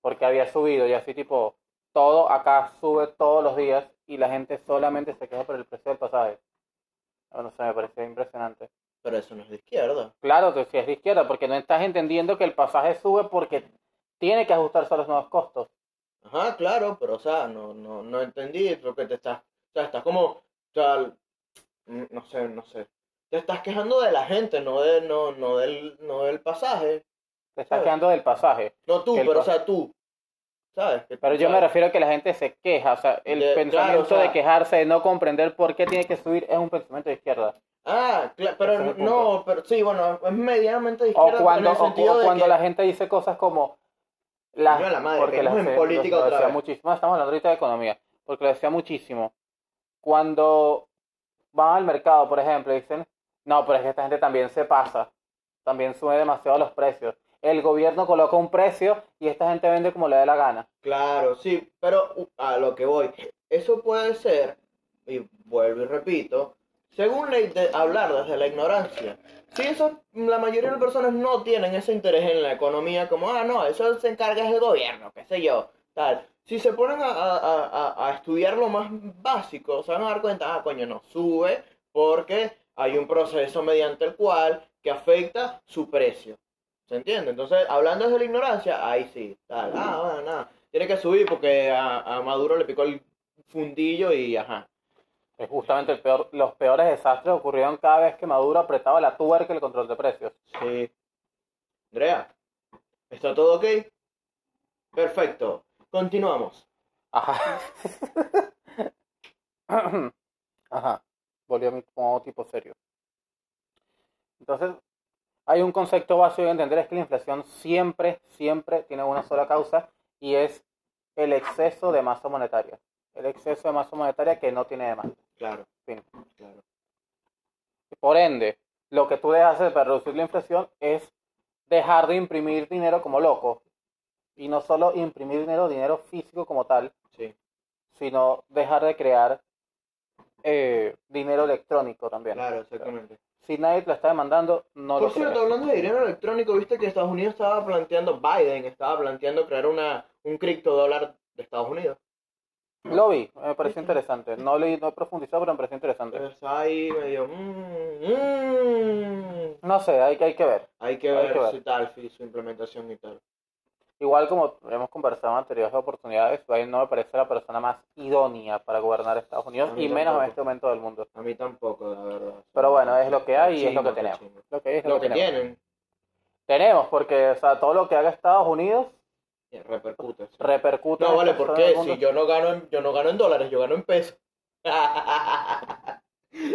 Speaker 1: Porque había subido y así, tipo, todo acá sube todos los días y la gente solamente se queja por el precio del pasaje. No, no sé, me pareció impresionante.
Speaker 2: pero eso no es de izquierda.
Speaker 1: Claro que sí es de izquierda, porque no estás entendiendo que el pasaje sube porque tiene que ajustarse a los nuevos costos.
Speaker 2: Ajá, claro, pero o sea, no, no, no entendí porque te estás, o sea, estás como, o sea, mm, no sé, no sé. Te estás quejando de la gente, no de, no, no del, no del pasaje.
Speaker 1: Te estás
Speaker 2: Claro.
Speaker 1: quedando del pasaje.
Speaker 2: No tú,
Speaker 1: El
Speaker 2: pero o
Speaker 1: pa-
Speaker 2: sea, tú. ¿Sabes? Que tú
Speaker 1: Pero yo me
Speaker 2: sabes.
Speaker 1: refiero a que la gente se queja, o sea, el
Speaker 2: De-
Speaker 1: pensamiento
Speaker 2: claro, o sea-
Speaker 1: de quejarse, de no comprender por qué tiene que subir, es un pensamiento de izquierda.
Speaker 2: Ah, cla-
Speaker 1: Ese es
Speaker 2: pero
Speaker 1: el punto.
Speaker 2: no, pero sí, bueno, es medianamente de
Speaker 1: O
Speaker 2: izquierda
Speaker 1: cuando,
Speaker 2: en el
Speaker 1: o-
Speaker 2: sentido
Speaker 1: o
Speaker 2: de
Speaker 1: cuando
Speaker 2: que-
Speaker 1: la gente dice cosas como...
Speaker 2: Coño de la madre,
Speaker 1: porque
Speaker 2: caímos en
Speaker 1: sé- lo
Speaker 2: política otra
Speaker 1: decía
Speaker 2: vez.
Speaker 1: muchísimo, estamos hablando ahorita de economía, porque lo decía muchísimo. Cuando van al mercado, por ejemplo, dicen, no, pero es que esta gente también se pasa, también sube demasiado los precios. El gobierno coloca un precio y esta gente vende como le dé la gana.
Speaker 2: Claro, sí, pero uh, a lo que voy, eso puede ser, y vuelvo y repito, según la ide- hablar desde la ignorancia, si eso, la mayoría de las personas no tienen ese interés en la economía, como, ah, no, eso se encarga es el gobierno, qué sé yo, tal. Si se ponen a, a- a- a- a estudiar lo más básico, se van a dar cuenta, ah, coño, no, sube porque hay un proceso mediante el cual que afecta su precio. ¿Se entiende? Entonces, hablando desde la ignorancia, ahí sí, tal, ah, bueno, nada. Tiene que subir porque a, a Maduro le picó el fundillo y ajá.
Speaker 1: Es justamente el peor, los peores desastres ocurrieron cada vez que Maduro apretaba la tuerca el control de precios.
Speaker 2: Sí. Andrea, ¿está todo ok? Perfecto. Continuamos.
Speaker 1: Ajá. Ajá. Volvió a mi modo tipo serio. Entonces, hay un concepto básico de entender, es que la inflación siempre, siempre tiene una sola causa y es el exceso de masa monetaria. El exceso de masa monetaria que no tiene demanda.
Speaker 2: Claro.
Speaker 1: Bien.
Speaker 2: Claro.
Speaker 1: Por ende, lo que tú dejas hacer para reducir la inflación es dejar de imprimir dinero como loco. Y no solo imprimir dinero, dinero físico como tal,
Speaker 2: Sí.
Speaker 1: sino dejar de crear eh, dinero electrónico también.
Speaker 2: Claro, exactamente.
Speaker 1: Si nadie te lo está demandando, no
Speaker 2: Por
Speaker 1: lo
Speaker 2: cierto,
Speaker 1: creas.
Speaker 2: hablando de dinero electrónico, viste que Estados Unidos estaba planteando, Biden estaba planteando crear una, un criptodólar de Estados Unidos.
Speaker 1: Lo vi, me pareció interesante. No leí, no he profundizado, pero me pareció interesante.
Speaker 2: Entonces ahí medio, mmm, mmm.
Speaker 1: No sé, hay, que- hay que ver.
Speaker 2: Hay que
Speaker 1: Hay
Speaker 2: ver,
Speaker 1: que ver.
Speaker 2: si tal, si su implementación y tal.
Speaker 1: Igual como hemos conversado en anteriores oportunidades, Biden no me parece la persona más idónea para gobernar Estados Unidos
Speaker 2: A mí
Speaker 1: y menos en
Speaker 2: tampoco.
Speaker 1: este momento del mundo.
Speaker 2: A mí tampoco, la verdad.
Speaker 1: Pero bueno, es lo que hay y es
Speaker 2: Chimbo,
Speaker 1: lo que
Speaker 2: qué
Speaker 1: tenemos.
Speaker 2: chimbo.
Speaker 1: Lo que, es,
Speaker 2: Lo que tienen
Speaker 1: Tenemos, porque o sea, todo lo que haga Estados Unidos
Speaker 2: eh, repercute. sí.
Speaker 1: repercute. en
Speaker 2: No, vale,
Speaker 1: esta
Speaker 2: ¿por
Speaker 1: zona del
Speaker 2: qué?
Speaker 1: mundo.
Speaker 2: Si yo no gano en, yo no gano en dólares, yo gano en pesos.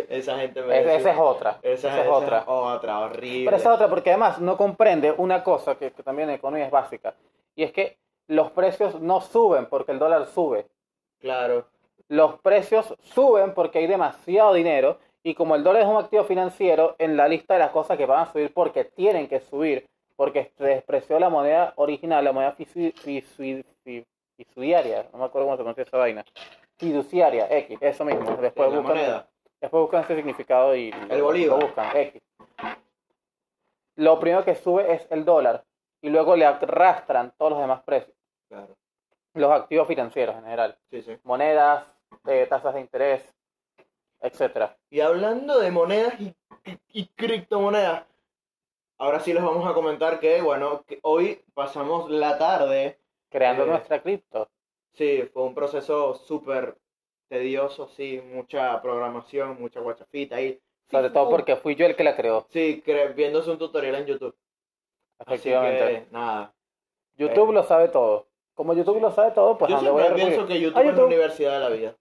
Speaker 2: esa gente me
Speaker 1: Es-
Speaker 2: dice-
Speaker 1: esa es otra.
Speaker 2: Esa,
Speaker 1: esa es otra.
Speaker 2: otra, horrible.
Speaker 1: Pero esa es otra, porque además no comprende una cosa que, que también en economía es básica, y es que los precios no suben porque el dólar sube.
Speaker 2: Claro,
Speaker 1: Los precios suben porque hay demasiado dinero, y como el dólar es un activo financiero, en la lista de las cosas que van a subir porque tienen que subir, porque se despreció la moneda original, la moneda fici- fici- fi- fiduciaria, no me acuerdo cómo se pronuncia esa vaina. Fiduciaria, X, eso mismo. Después
Speaker 2: la
Speaker 1: buscan,
Speaker 2: moneda.
Speaker 1: Después buscan ese significado y
Speaker 2: El
Speaker 1: lo-
Speaker 2: bolívar.
Speaker 1: lo buscan. X. Lo primero que sube es el dólar y luego le arrastran todos los demás precios,
Speaker 2: Claro,
Speaker 1: los activos financieros en general,
Speaker 2: sí, sí.
Speaker 1: monedas, eh, tasas de interés, etcétera.
Speaker 2: Y hablando de monedas y, y- y criptomonedas, ahora sí les vamos a comentar que, bueno, que hoy pasamos la tarde.
Speaker 1: Creando
Speaker 2: Eh.
Speaker 1: nuestra cripto.
Speaker 2: Sí, fue un proceso súper tedioso, sí, mucha programación, mucha guachafita ahí.
Speaker 1: Sobre todo porque fui yo el que la creó,
Speaker 2: Sí, cre- viéndose un tutorial en YouTube. Así
Speaker 1: efectivamente.
Speaker 2: que, nada.
Speaker 1: YouTube
Speaker 2: eh.
Speaker 1: lo sabe todo. Como YouTube lo sabe todo, pues
Speaker 2: Yo
Speaker 1: ¿a dónde voy a
Speaker 2: siempre pienso
Speaker 1: recurrir?
Speaker 2: que YouTube,
Speaker 1: Ah,
Speaker 2: es la
Speaker 1: YouTube.
Speaker 2: universidad de la vida.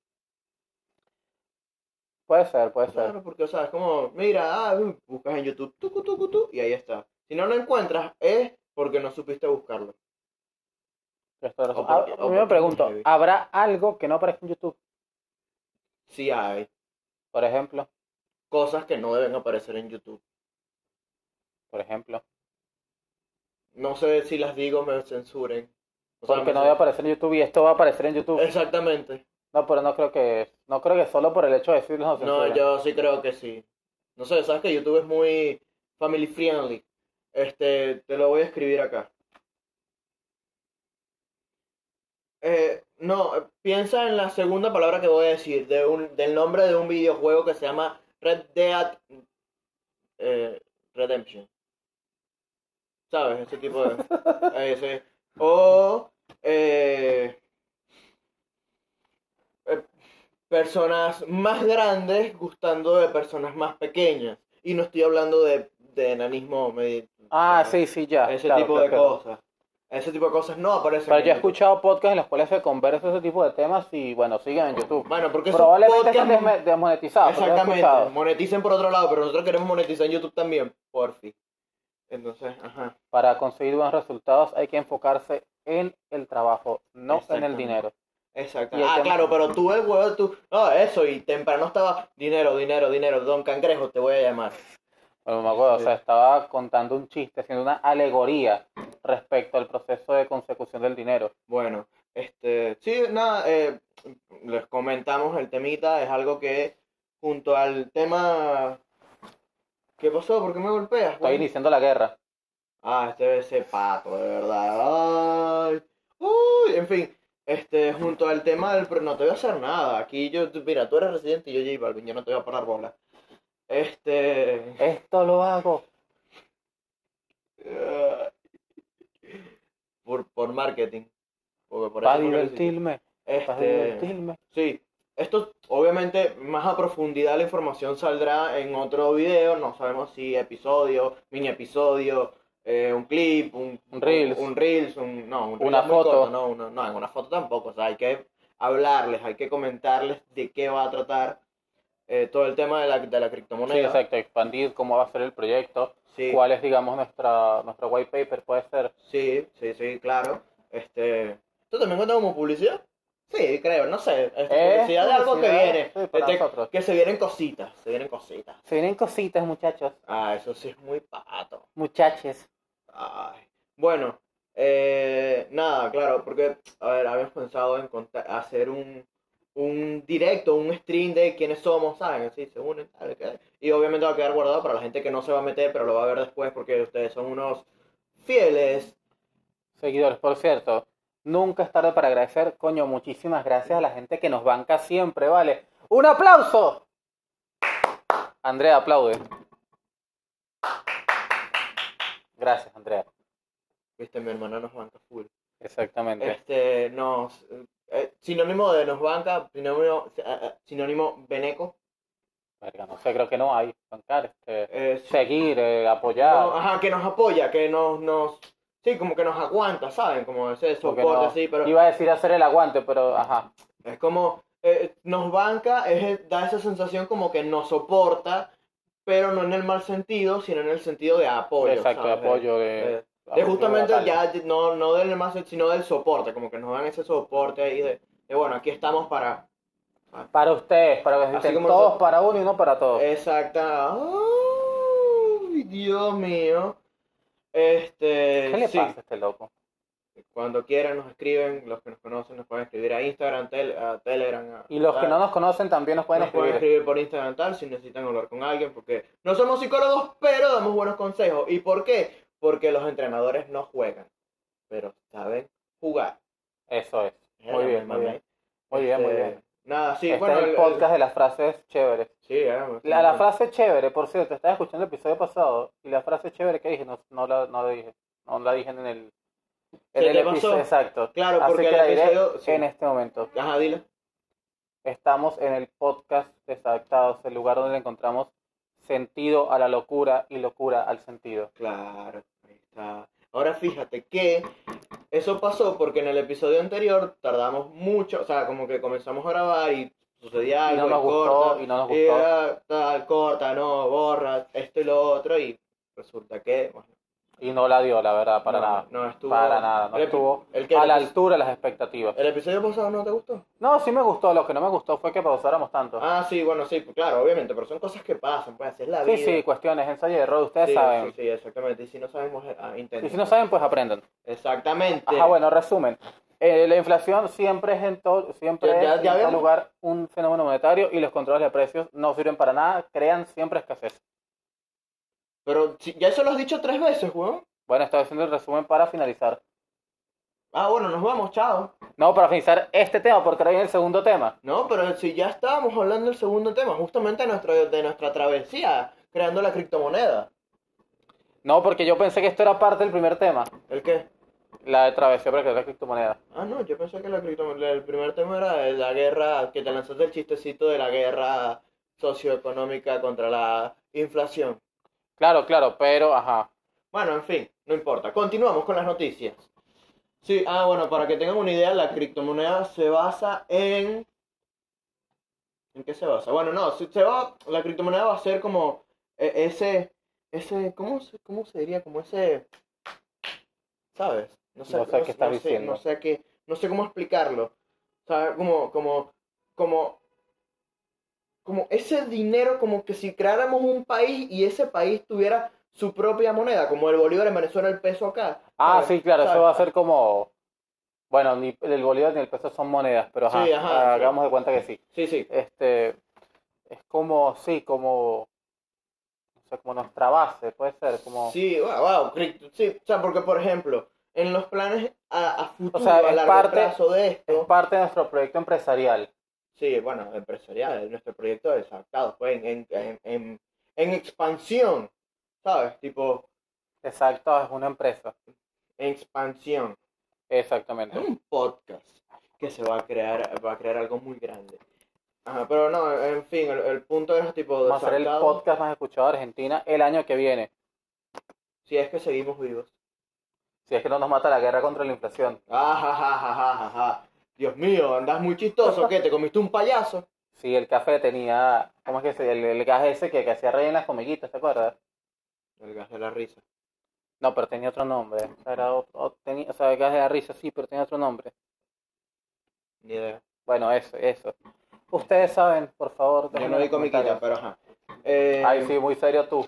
Speaker 1: Puede ser, puede ser.
Speaker 2: Claro, porque, o sea, es como, mira, ah, uh, buscas en YouTube, tucu, tucu, tu, y ahí está. Si no lo encuentras, es porque no supiste buscarlo.
Speaker 1: Tienes toda la razón.
Speaker 2: O porque-
Speaker 1: Ah,
Speaker 2: o
Speaker 1: primero
Speaker 2: porque
Speaker 1: me pregunto,
Speaker 2: es heavy.
Speaker 1: ¿habrá algo que no aparezca en YouTube?
Speaker 2: Sí hay
Speaker 1: Por ejemplo,
Speaker 2: cosas que no deben aparecer en YouTube.
Speaker 1: por ejemplo.
Speaker 2: No sé si las digo, me censuren. O sea, Eh.
Speaker 1: Porque
Speaker 2: me
Speaker 1: no va a
Speaker 2: cen-
Speaker 1: aparecer en YouTube y esto va a aparecer en YouTube.
Speaker 2: Exactamente.
Speaker 1: No, pero no creo que no creo que solo por el hecho de decirlo no
Speaker 2: No,
Speaker 1: censuren.
Speaker 2: yo sí creo que sí. No sé, sabes que YouTube es muy family friendly. Este, te lo voy a escribir acá. Eh, no, eh, piensa en la segunda palabra que voy a decir, de un, del nombre de un videojuego que se llama Red Dead eh, Redemption. ¿Sabes? Ese tipo de... eh, sí. O... eh, eh, personas más grandes gustando de personas más pequeñas. Y no estoy hablando de, de enanismo. medi-
Speaker 1: Ah,
Speaker 2: o sea,
Speaker 1: sí, sí, ya.
Speaker 2: Ese
Speaker 1: claro,
Speaker 2: tipo
Speaker 1: claro,
Speaker 2: de
Speaker 1: claro.
Speaker 2: cosas. Ese tipo de cosas no aparecen.
Speaker 1: Pero
Speaker 2: en
Speaker 1: yo he
Speaker 2: YouTube.
Speaker 1: escuchado podcasts en los cuales se conversa ese tipo de temas y bueno, siguen en YouTube.
Speaker 2: Bueno, porque esos
Speaker 1: Probablemente
Speaker 2: podcasts-
Speaker 1: estén desme- desmonetizados. porque yo he
Speaker 2: Exactamente.
Speaker 1: escuchado.
Speaker 2: Moneticen por otro lado, pero nosotros queremos monetizar en YouTube también. Por fin. Entonces, ajá.
Speaker 1: Para conseguir buenos resultados hay que enfocarse en el trabajo, no en el
Speaker 2: Exactamente.
Speaker 1: dinero.
Speaker 2: Exacto.
Speaker 1: Y el
Speaker 2: Ah,
Speaker 1: tema-
Speaker 2: claro, pero tú el huevo, tú. No, eso, y temprano estaba. Dinero, dinero, dinero. Don Cangrejo, te voy a llamar.
Speaker 1: Bueno, me acuerdo, o
Speaker 2: Sí.
Speaker 1: sea, estaba contando un chiste, haciendo una alegoría respecto al proceso de consecución del dinero.
Speaker 2: Bueno, este, sí, nada, eh, les comentamos el temita, es algo que junto al tema... ¿Qué pasó? ¿Por qué me golpeas?
Speaker 1: Estoy
Speaker 2: güey?
Speaker 1: iniciando la guerra.
Speaker 2: Ah, este ese pato, de verdad. Ay. Uy, en fin, este, junto al tema del... Pero no te voy a hacer nada, aquí yo, tú- mira, tú eres residente y yo J Balvin, yo no te voy a parar bola. Este...
Speaker 1: Esto lo hago
Speaker 2: eh, por, por marketing. Porque por
Speaker 1: para
Speaker 2: eso fue que lo hiciste.
Speaker 1: divertirme, para
Speaker 2: Este...
Speaker 1: divertirme.
Speaker 2: Sí, esto obviamente más a profundidad la información saldrá en otro video, no sabemos si episodio, mini episodio, eh, un clip, un,
Speaker 1: Un Reels.
Speaker 2: un Reels, un- no, un Reels
Speaker 1: Una
Speaker 2: es muy corto,
Speaker 1: foto.
Speaker 2: no, una, no, en una foto tampoco, o sea, hay que hablarles, hay que comentarles de qué va a tratar eh, todo el tema de la, de la
Speaker 1: Sí,
Speaker 2: criptomoneda.
Speaker 1: exacto, expandir cómo va a ser el proyecto,
Speaker 2: Sí,
Speaker 1: cuál es, digamos, nuestra, nuestro white paper, puede ser.
Speaker 2: sí, sí, sí, claro. Este, ¿Tú también cuentas como publicidad? Sí, creo, no sé.
Speaker 1: Es
Speaker 2: Es publicidad de algo que
Speaker 1: publicidad,
Speaker 2: viene.
Speaker 1: sí, para
Speaker 2: Este,
Speaker 1: nosotros.
Speaker 2: que se vienen cositas, se vienen cositas.
Speaker 1: Se vienen cositas, muchachos.
Speaker 2: Ah, eso sí es muy pato.
Speaker 1: Muchaches.
Speaker 2: Ay. Bueno, eh, nada, claro, porque, a ver, habíamos pensado en conta- hacer un, un directo, un stream de quiénes somos, ¿saben? Así se unen, tal, que- Y obviamente va a quedar guardado para la gente que no se va a meter, pero lo va a ver después porque ustedes son unos fieles.
Speaker 1: seguidores. Por cierto, nunca es tarde para agradecer. Coño, muchísimas gracias a la gente que nos banca siempre, ¿vale? ¡Un aplauso! Andrea, aplaude. Gracias, Andrea.
Speaker 2: Viste, mi hermana nos banca full.
Speaker 1: Exactamente.
Speaker 2: Este, nos... eh, sinónimo de nos banca, sinónimo, eh, eh, sinónimo beneco.
Speaker 1: Verga, no sé, creo que no hay. Bancar, este,
Speaker 2: eh,
Speaker 1: seguir, eh, apoyar.
Speaker 2: No, ah, ajá, que nos apoya, que nos, nos, sí, como que nos aguanta, ¿saben? Como ese
Speaker 1: porque
Speaker 2: soporte
Speaker 1: no-
Speaker 2: así, pero
Speaker 1: Iba a decir hacer el aguante, pero ajá.
Speaker 2: es como, eh, nos banca, es, eh, da esa sensación como que nos soporta, pero no en el mal sentido, sino en el sentido de apoyo.
Speaker 1: Exacto, de
Speaker 2: ¿sabes?
Speaker 1: apoyo de.
Speaker 2: Eh, de justamente ya, no, no del mal sentido, sino del soporte, como que nos dan ese soporte ahí de, de, bueno, aquí estamos para
Speaker 1: Para ustedes, para que se
Speaker 2: Así
Speaker 1: sienten
Speaker 2: como Eh,
Speaker 1: todos
Speaker 2: nosotros-
Speaker 1: para uno y no para todos.
Speaker 2: Exacta. Ay, Dios mío. Este,
Speaker 1: ¿Qué le
Speaker 2: sí.
Speaker 1: pasa a este loco?
Speaker 2: Cuando quieran nos escriben, los que nos conocen nos pueden escribir a Instagram, tel- a Telegram. a-
Speaker 1: Y los que
Speaker 2: a-
Speaker 1: no pues, nos conocen también nos pueden
Speaker 2: nos pueden
Speaker 1: escribir.
Speaker 2: escribir por Instagram tal si necesitan hablar con alguien, porque no somos psicólogos, pero damos buenos consejos. ¿Y por qué? Porque los entrenadores no juegan, pero saben jugar.
Speaker 1: Eso es. Muy
Speaker 2: Ay,
Speaker 1: bien,
Speaker 2: me
Speaker 1: muy
Speaker 2: mamé.
Speaker 1: bien. Muy bien, muy
Speaker 2: Este,
Speaker 1: bien.
Speaker 2: Nada, sí,
Speaker 1: este
Speaker 2: bueno, Mm.
Speaker 1: es el podcast de las frases chéveres.
Speaker 2: sí, ya, me-
Speaker 1: La, la frase chévere, por cierto, estaba escuchando el episodio pasado y la frase chévere que dije no, no, la, no la dije. No la dije en el, en
Speaker 2: ¿Se
Speaker 1: el
Speaker 2: te
Speaker 1: episodio.
Speaker 2: pasó?
Speaker 1: Exacto.
Speaker 2: Claro,
Speaker 1: Así
Speaker 2: porque
Speaker 1: que
Speaker 2: el
Speaker 1: la diré
Speaker 2: episodio- sí.
Speaker 1: en este momento.
Speaker 2: Ajá, dile.
Speaker 1: Estamos en el podcast Desadaptados, el lugar donde le encontramos sentido a la locura y locura al sentido.
Speaker 2: Claro, ahí está. Ahora fíjate que eso pasó porque en el episodio anterior tardamos mucho, o sea, como que comenzamos a grabar y sucedía
Speaker 1: Y
Speaker 2: algo Eh,
Speaker 1: no nos gustó,
Speaker 2: corta,
Speaker 1: y no nos
Speaker 2: y
Speaker 1: gustó.
Speaker 2: era tal, corta, no, borra, esto y lo otro, y resulta que, bueno,
Speaker 1: Y no la dio, la verdad, para
Speaker 2: no,
Speaker 1: nada.
Speaker 2: no estuvo.
Speaker 1: para nada, no
Speaker 2: el, epi-
Speaker 1: estuvo
Speaker 2: el que-
Speaker 1: a la altura de las expectativas.
Speaker 2: ¿El episodio pasado no te gustó?
Speaker 1: No, sí me gustó, lo que no me gustó fue que pausáramos tanto.
Speaker 2: Ah, sí, bueno, sí, pues claro, obviamente, pero son cosas que pasan, pues así es la
Speaker 1: Sí,
Speaker 2: vida.
Speaker 1: sí, cuestiones, ensayo y error, ustedes
Speaker 2: Sí,
Speaker 1: saben.
Speaker 2: sí, sí, exactamente. Y si no sabemos, eh, ah,
Speaker 1: Y si
Speaker 2: intenten.
Speaker 1: no saben, pues aprendan.
Speaker 2: Exactamente.
Speaker 1: Ajá, bueno, resumen. Eh, la inflación siempre es en todo, siempre
Speaker 2: Ya- ya-
Speaker 1: es
Speaker 2: ya
Speaker 1: en todo
Speaker 2: vemos.
Speaker 1: lugar un fenómeno monetario y los controles de precios no sirven para nada, crean siempre escasez.
Speaker 2: Pero si- ya eso lo has dicho tres veces, weón.
Speaker 1: Bueno, estaba haciendo el resumen para finalizar.
Speaker 2: Ah, bueno, nos vamos, chao.
Speaker 1: No, para finalizar este tema, porque ahora viene el segundo tema.
Speaker 2: No, pero si ya estábamos hablando del segundo tema, justamente de, nuestro- de nuestra travesía, creando la criptomoneda.
Speaker 1: No, porque yo pensé que esto era parte del primer tema,
Speaker 2: ¿El qué?
Speaker 1: la de travesía para crear la criptomoneda.
Speaker 2: Ah, no, yo pensé que la criptomoneda, el primer tema era de la guerra, que te lanzaste el chistecito de la guerra socioeconómica contra la inflación.
Speaker 1: Claro, claro, pero, ajá.
Speaker 2: Bueno, en fin, no importa. Continuamos con las noticias. Sí, ah, bueno, para que tengan una idea, la criptomoneda se basa en... ¿En qué se basa? Bueno, no, se, se va, la criptomoneda va a ser como eh, ese, ese, ¿cómo se, cómo se diría? Como ese, ¿sabes?
Speaker 1: No sé qué estás
Speaker 2: no sé-
Speaker 1: diciendo.
Speaker 2: no sé qué, no sé cómo explicarlo. O sea, como, como, como, como ese dinero, como que si creáramos un país y ese país tuviera su propia moneda, como el bolívar en Venezuela, el peso acá.
Speaker 1: Ah,
Speaker 2: ¿sabes?
Speaker 1: sí, claro, eso
Speaker 2: ¿sabes?
Speaker 1: va a ser como... Bueno, ni el bolívar ni el peso son monedas, pero ajá, ah,
Speaker 2: Sí, ajá, sí.
Speaker 1: hagamos de cuenta que sí.
Speaker 2: Sí, sí.
Speaker 1: este es como sí como o sea, como nuestra base puede ser como
Speaker 2: Sí, wow, wow, cripto- sí, o sea, porque por ejemplo, en los planes a, a futuro,
Speaker 1: sea,
Speaker 2: a
Speaker 1: es
Speaker 2: largo
Speaker 1: parte-
Speaker 2: plazo de
Speaker 1: es
Speaker 2: esto,
Speaker 1: parte de nuestro proyecto empresarial
Speaker 2: sí, bueno, empresarial, es nuestro proyecto de Saltados, pues, en, en, en, en- en expansión, ¿sabes? Tipo,
Speaker 1: exacto es una empresa
Speaker 2: en expansión. Es
Speaker 1: exactamente
Speaker 2: un podcast que se va a crear, va a crear algo muy grande. Ajá, pero no, en fin, el, el punto era tipo de
Speaker 1: vamos a hacer el
Speaker 2: Saltados,
Speaker 1: podcast más escuchado de Argentina el año que viene
Speaker 2: si es que seguimos vivos.
Speaker 1: si es que no nos mata la guerra contra la inflación
Speaker 2: Ajajajajaja. Dios mío, andas muy chistoso, ¿qué? ¿Te comiste un payaso?
Speaker 1: si el café tenía cómo es que se, el, el gas ese que, que hacía rey en las comiguitas te acuerdas
Speaker 2: El gas de la risa.
Speaker 1: no pero tenía otro nombre era otro- tenía- o sea el gas de la risa sí pero tenía otro nombre
Speaker 2: Ni idea.
Speaker 1: Bueno, eso, eso. Ustedes saben, por favor.
Speaker 2: Yo
Speaker 1: déjenme
Speaker 2: no
Speaker 1: en
Speaker 2: vi
Speaker 1: los
Speaker 2: comiquita,
Speaker 1: comentarios.
Speaker 2: pero ajá. Eh,
Speaker 1: Ay, sí, muy serio tú.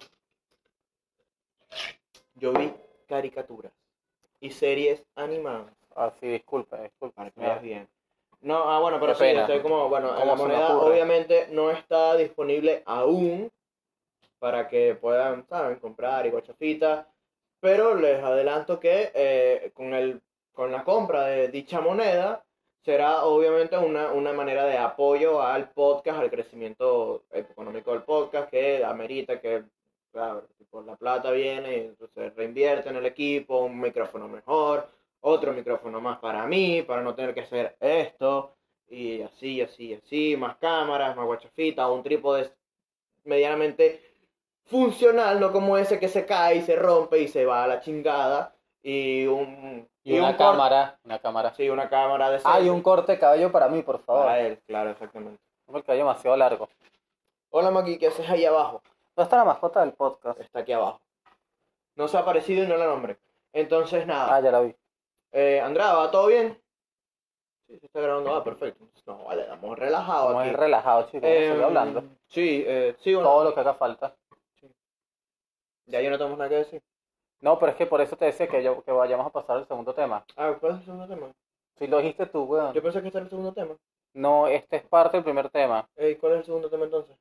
Speaker 2: Yo vi caricaturas y series animadas.
Speaker 1: Ah, sí, disculpa, disculpa.
Speaker 2: pues, Para que veas bien. No, ah, bueno, pero
Speaker 1: Qué
Speaker 2: sí,
Speaker 1: pena.
Speaker 2: estoy como, bueno,
Speaker 1: ¿Cómo
Speaker 2: la
Speaker 1: se me
Speaker 2: moneda
Speaker 1: ocurre?
Speaker 2: obviamente no está disponible aún para que puedan, saben, comprar y guachafita, pero les adelanto que eh, con, el, con la compra de dicha moneda será obviamente una, una manera de apoyo al podcast, al crecimiento económico del podcast, que amerita que, claro, tipo, la plata viene y entonces reinvierte en el equipo, un micrófono mejor, otro micrófono más para mí, para no tener que hacer esto, y así, así, así, más cámaras, más guachafita, un trípode medianamente funcional, no como ese que se cae y se rompe y se va a la chingada, y un...
Speaker 1: Y una
Speaker 2: un cor-
Speaker 1: cámara, una cámara.
Speaker 2: Sí, una cámara de
Speaker 1: Hay un corte de cabello para mí, por favor.
Speaker 2: Para él, claro, exactamente.
Speaker 1: Tengo el cabello demasiado largo.
Speaker 2: Hola Maki, ¿qué haces ahí abajo?
Speaker 1: ¿Dónde está la mascota del podcast?
Speaker 2: Está aquí abajo. No se ha aparecido y no la nombre. Entonces, nada.
Speaker 1: Ah, ya la vi.
Speaker 2: Eh, Andrada, ¿va todo bien? Sí, se está grabando. Ah, perfecto. No, vale, estamos relajados
Speaker 1: Muy
Speaker 2: aquí.
Speaker 1: relajado, chicos. como
Speaker 2: Em,
Speaker 1: sigue hablando.
Speaker 2: Sí, eh, sí, bueno.
Speaker 1: Todo lo que haga falta.
Speaker 2: Ya yo no tenemos nada que decir.
Speaker 1: No, pero es que por eso te decía que, yo, que vayamos a pasar al segundo tema.
Speaker 2: Ah, ¿cuál es el segundo tema?
Speaker 1: Si lo dijiste tú, weón.
Speaker 2: Yo pensé que este era el segundo tema.
Speaker 1: No, este es parte del primer tema.
Speaker 2: Ey, ¿Cuál es el segundo tema entonces?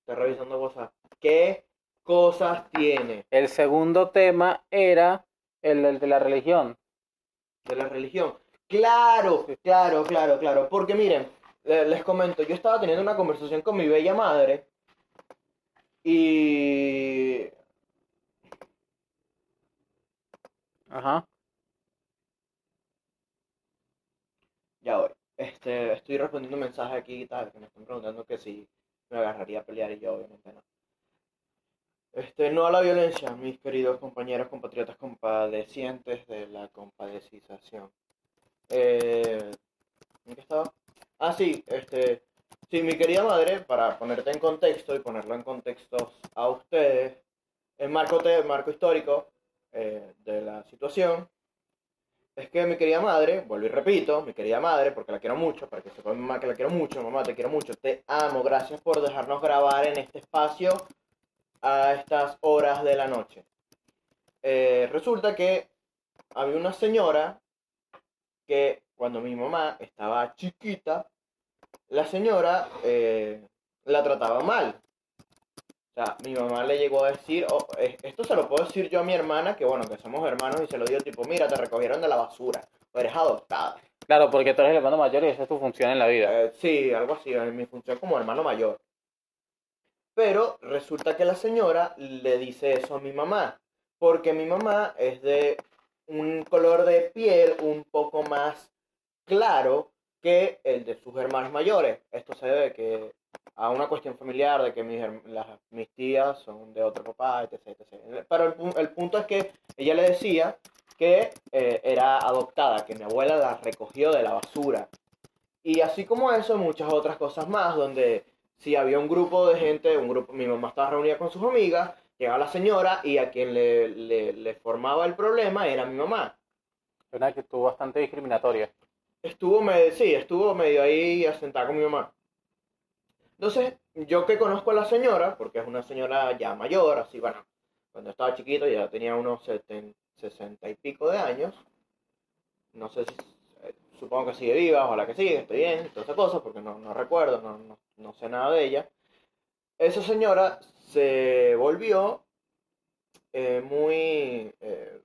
Speaker 2: Está revisando cosas. ¿Qué cosas tiene
Speaker 1: El segundo tema era el, el de la religión.
Speaker 2: de la religión. Claro, claro, claro, claro. Porque miren, le- les comento, yo estaba teniendo una conversación con mi bella madre y
Speaker 1: Ajá.
Speaker 2: ya voy. Este, estoy respondiendo un mensaje aquí y tal, que me están preguntando que si me agarraría a pelear y yo obviamente no. Este, no a la violencia, mis queridos compañeros, compatriotas, compadecientes de la compadecización. Eh, ¿En qué estaba? Ah, sí, este, sí, mi querida madre, para ponerte en contexto y ponerlo en contexto a ustedes, el marco, te- marco histórico eh, de la situación es que mi querida madre, vuelvo y repito, mi querida madre, porque la quiero mucho, para que sepa mi mamá que la quiero mucho, mamá, te quiero mucho, te amo, gracias por dejarnos grabar en este espacio a estas horas de la noche. Eh, resulta que había una señora que cuando mi mamá estaba chiquita, la señora eh, la trataba mal. O sea, mi mamá le llegó a decir, oh, eh, esto se lo puedo decir yo a mi hermana, que bueno, que somos hermanos, y se lo digo tipo, mira, te recogieron de la basura, o eres adoptada.
Speaker 1: Claro, porque tú eres el hermano mayor y esa es tu función en la vida.
Speaker 2: Eh, sí, algo así, en mi función como hermano mayor. Pero resulta que la señora le dice eso a mi mamá, porque mi mamá es de un color de piel un poco más claro que el de sus hermanos mayores. Esto se debe que a una cuestión familiar de que mis, herm- las- mis tías son de otro papá, etc. etc.. Pero el, pu- el punto es que ella le decía que eh, era adoptada, que mi abuela la recogió de la basura. Y así como eso, muchas otras cosas más, donde si había un grupo de gente, un grupo, mi mamá estaba reunida con sus amigas, llegaba la señora y a quien le, le- le formaba el problema era mi mamá.
Speaker 1: Es una actitud bastante discriminatoria.
Speaker 2: Estuvo medio, sí, estuvo medio ahí asentada con mi mamá. Entonces, yo que conozco a la señora, porque es una señora ya mayor, así, bueno, cuando estaba chiquito ya tenía unos seten- sesenta y pico de años. No sé si, eh, supongo que sigue viva, ojalá que siga, estoy bien, y todas esas cosas, porque no, no recuerdo, no, no, no sé nada de ella. Esa señora se volvió eh, muy, eh,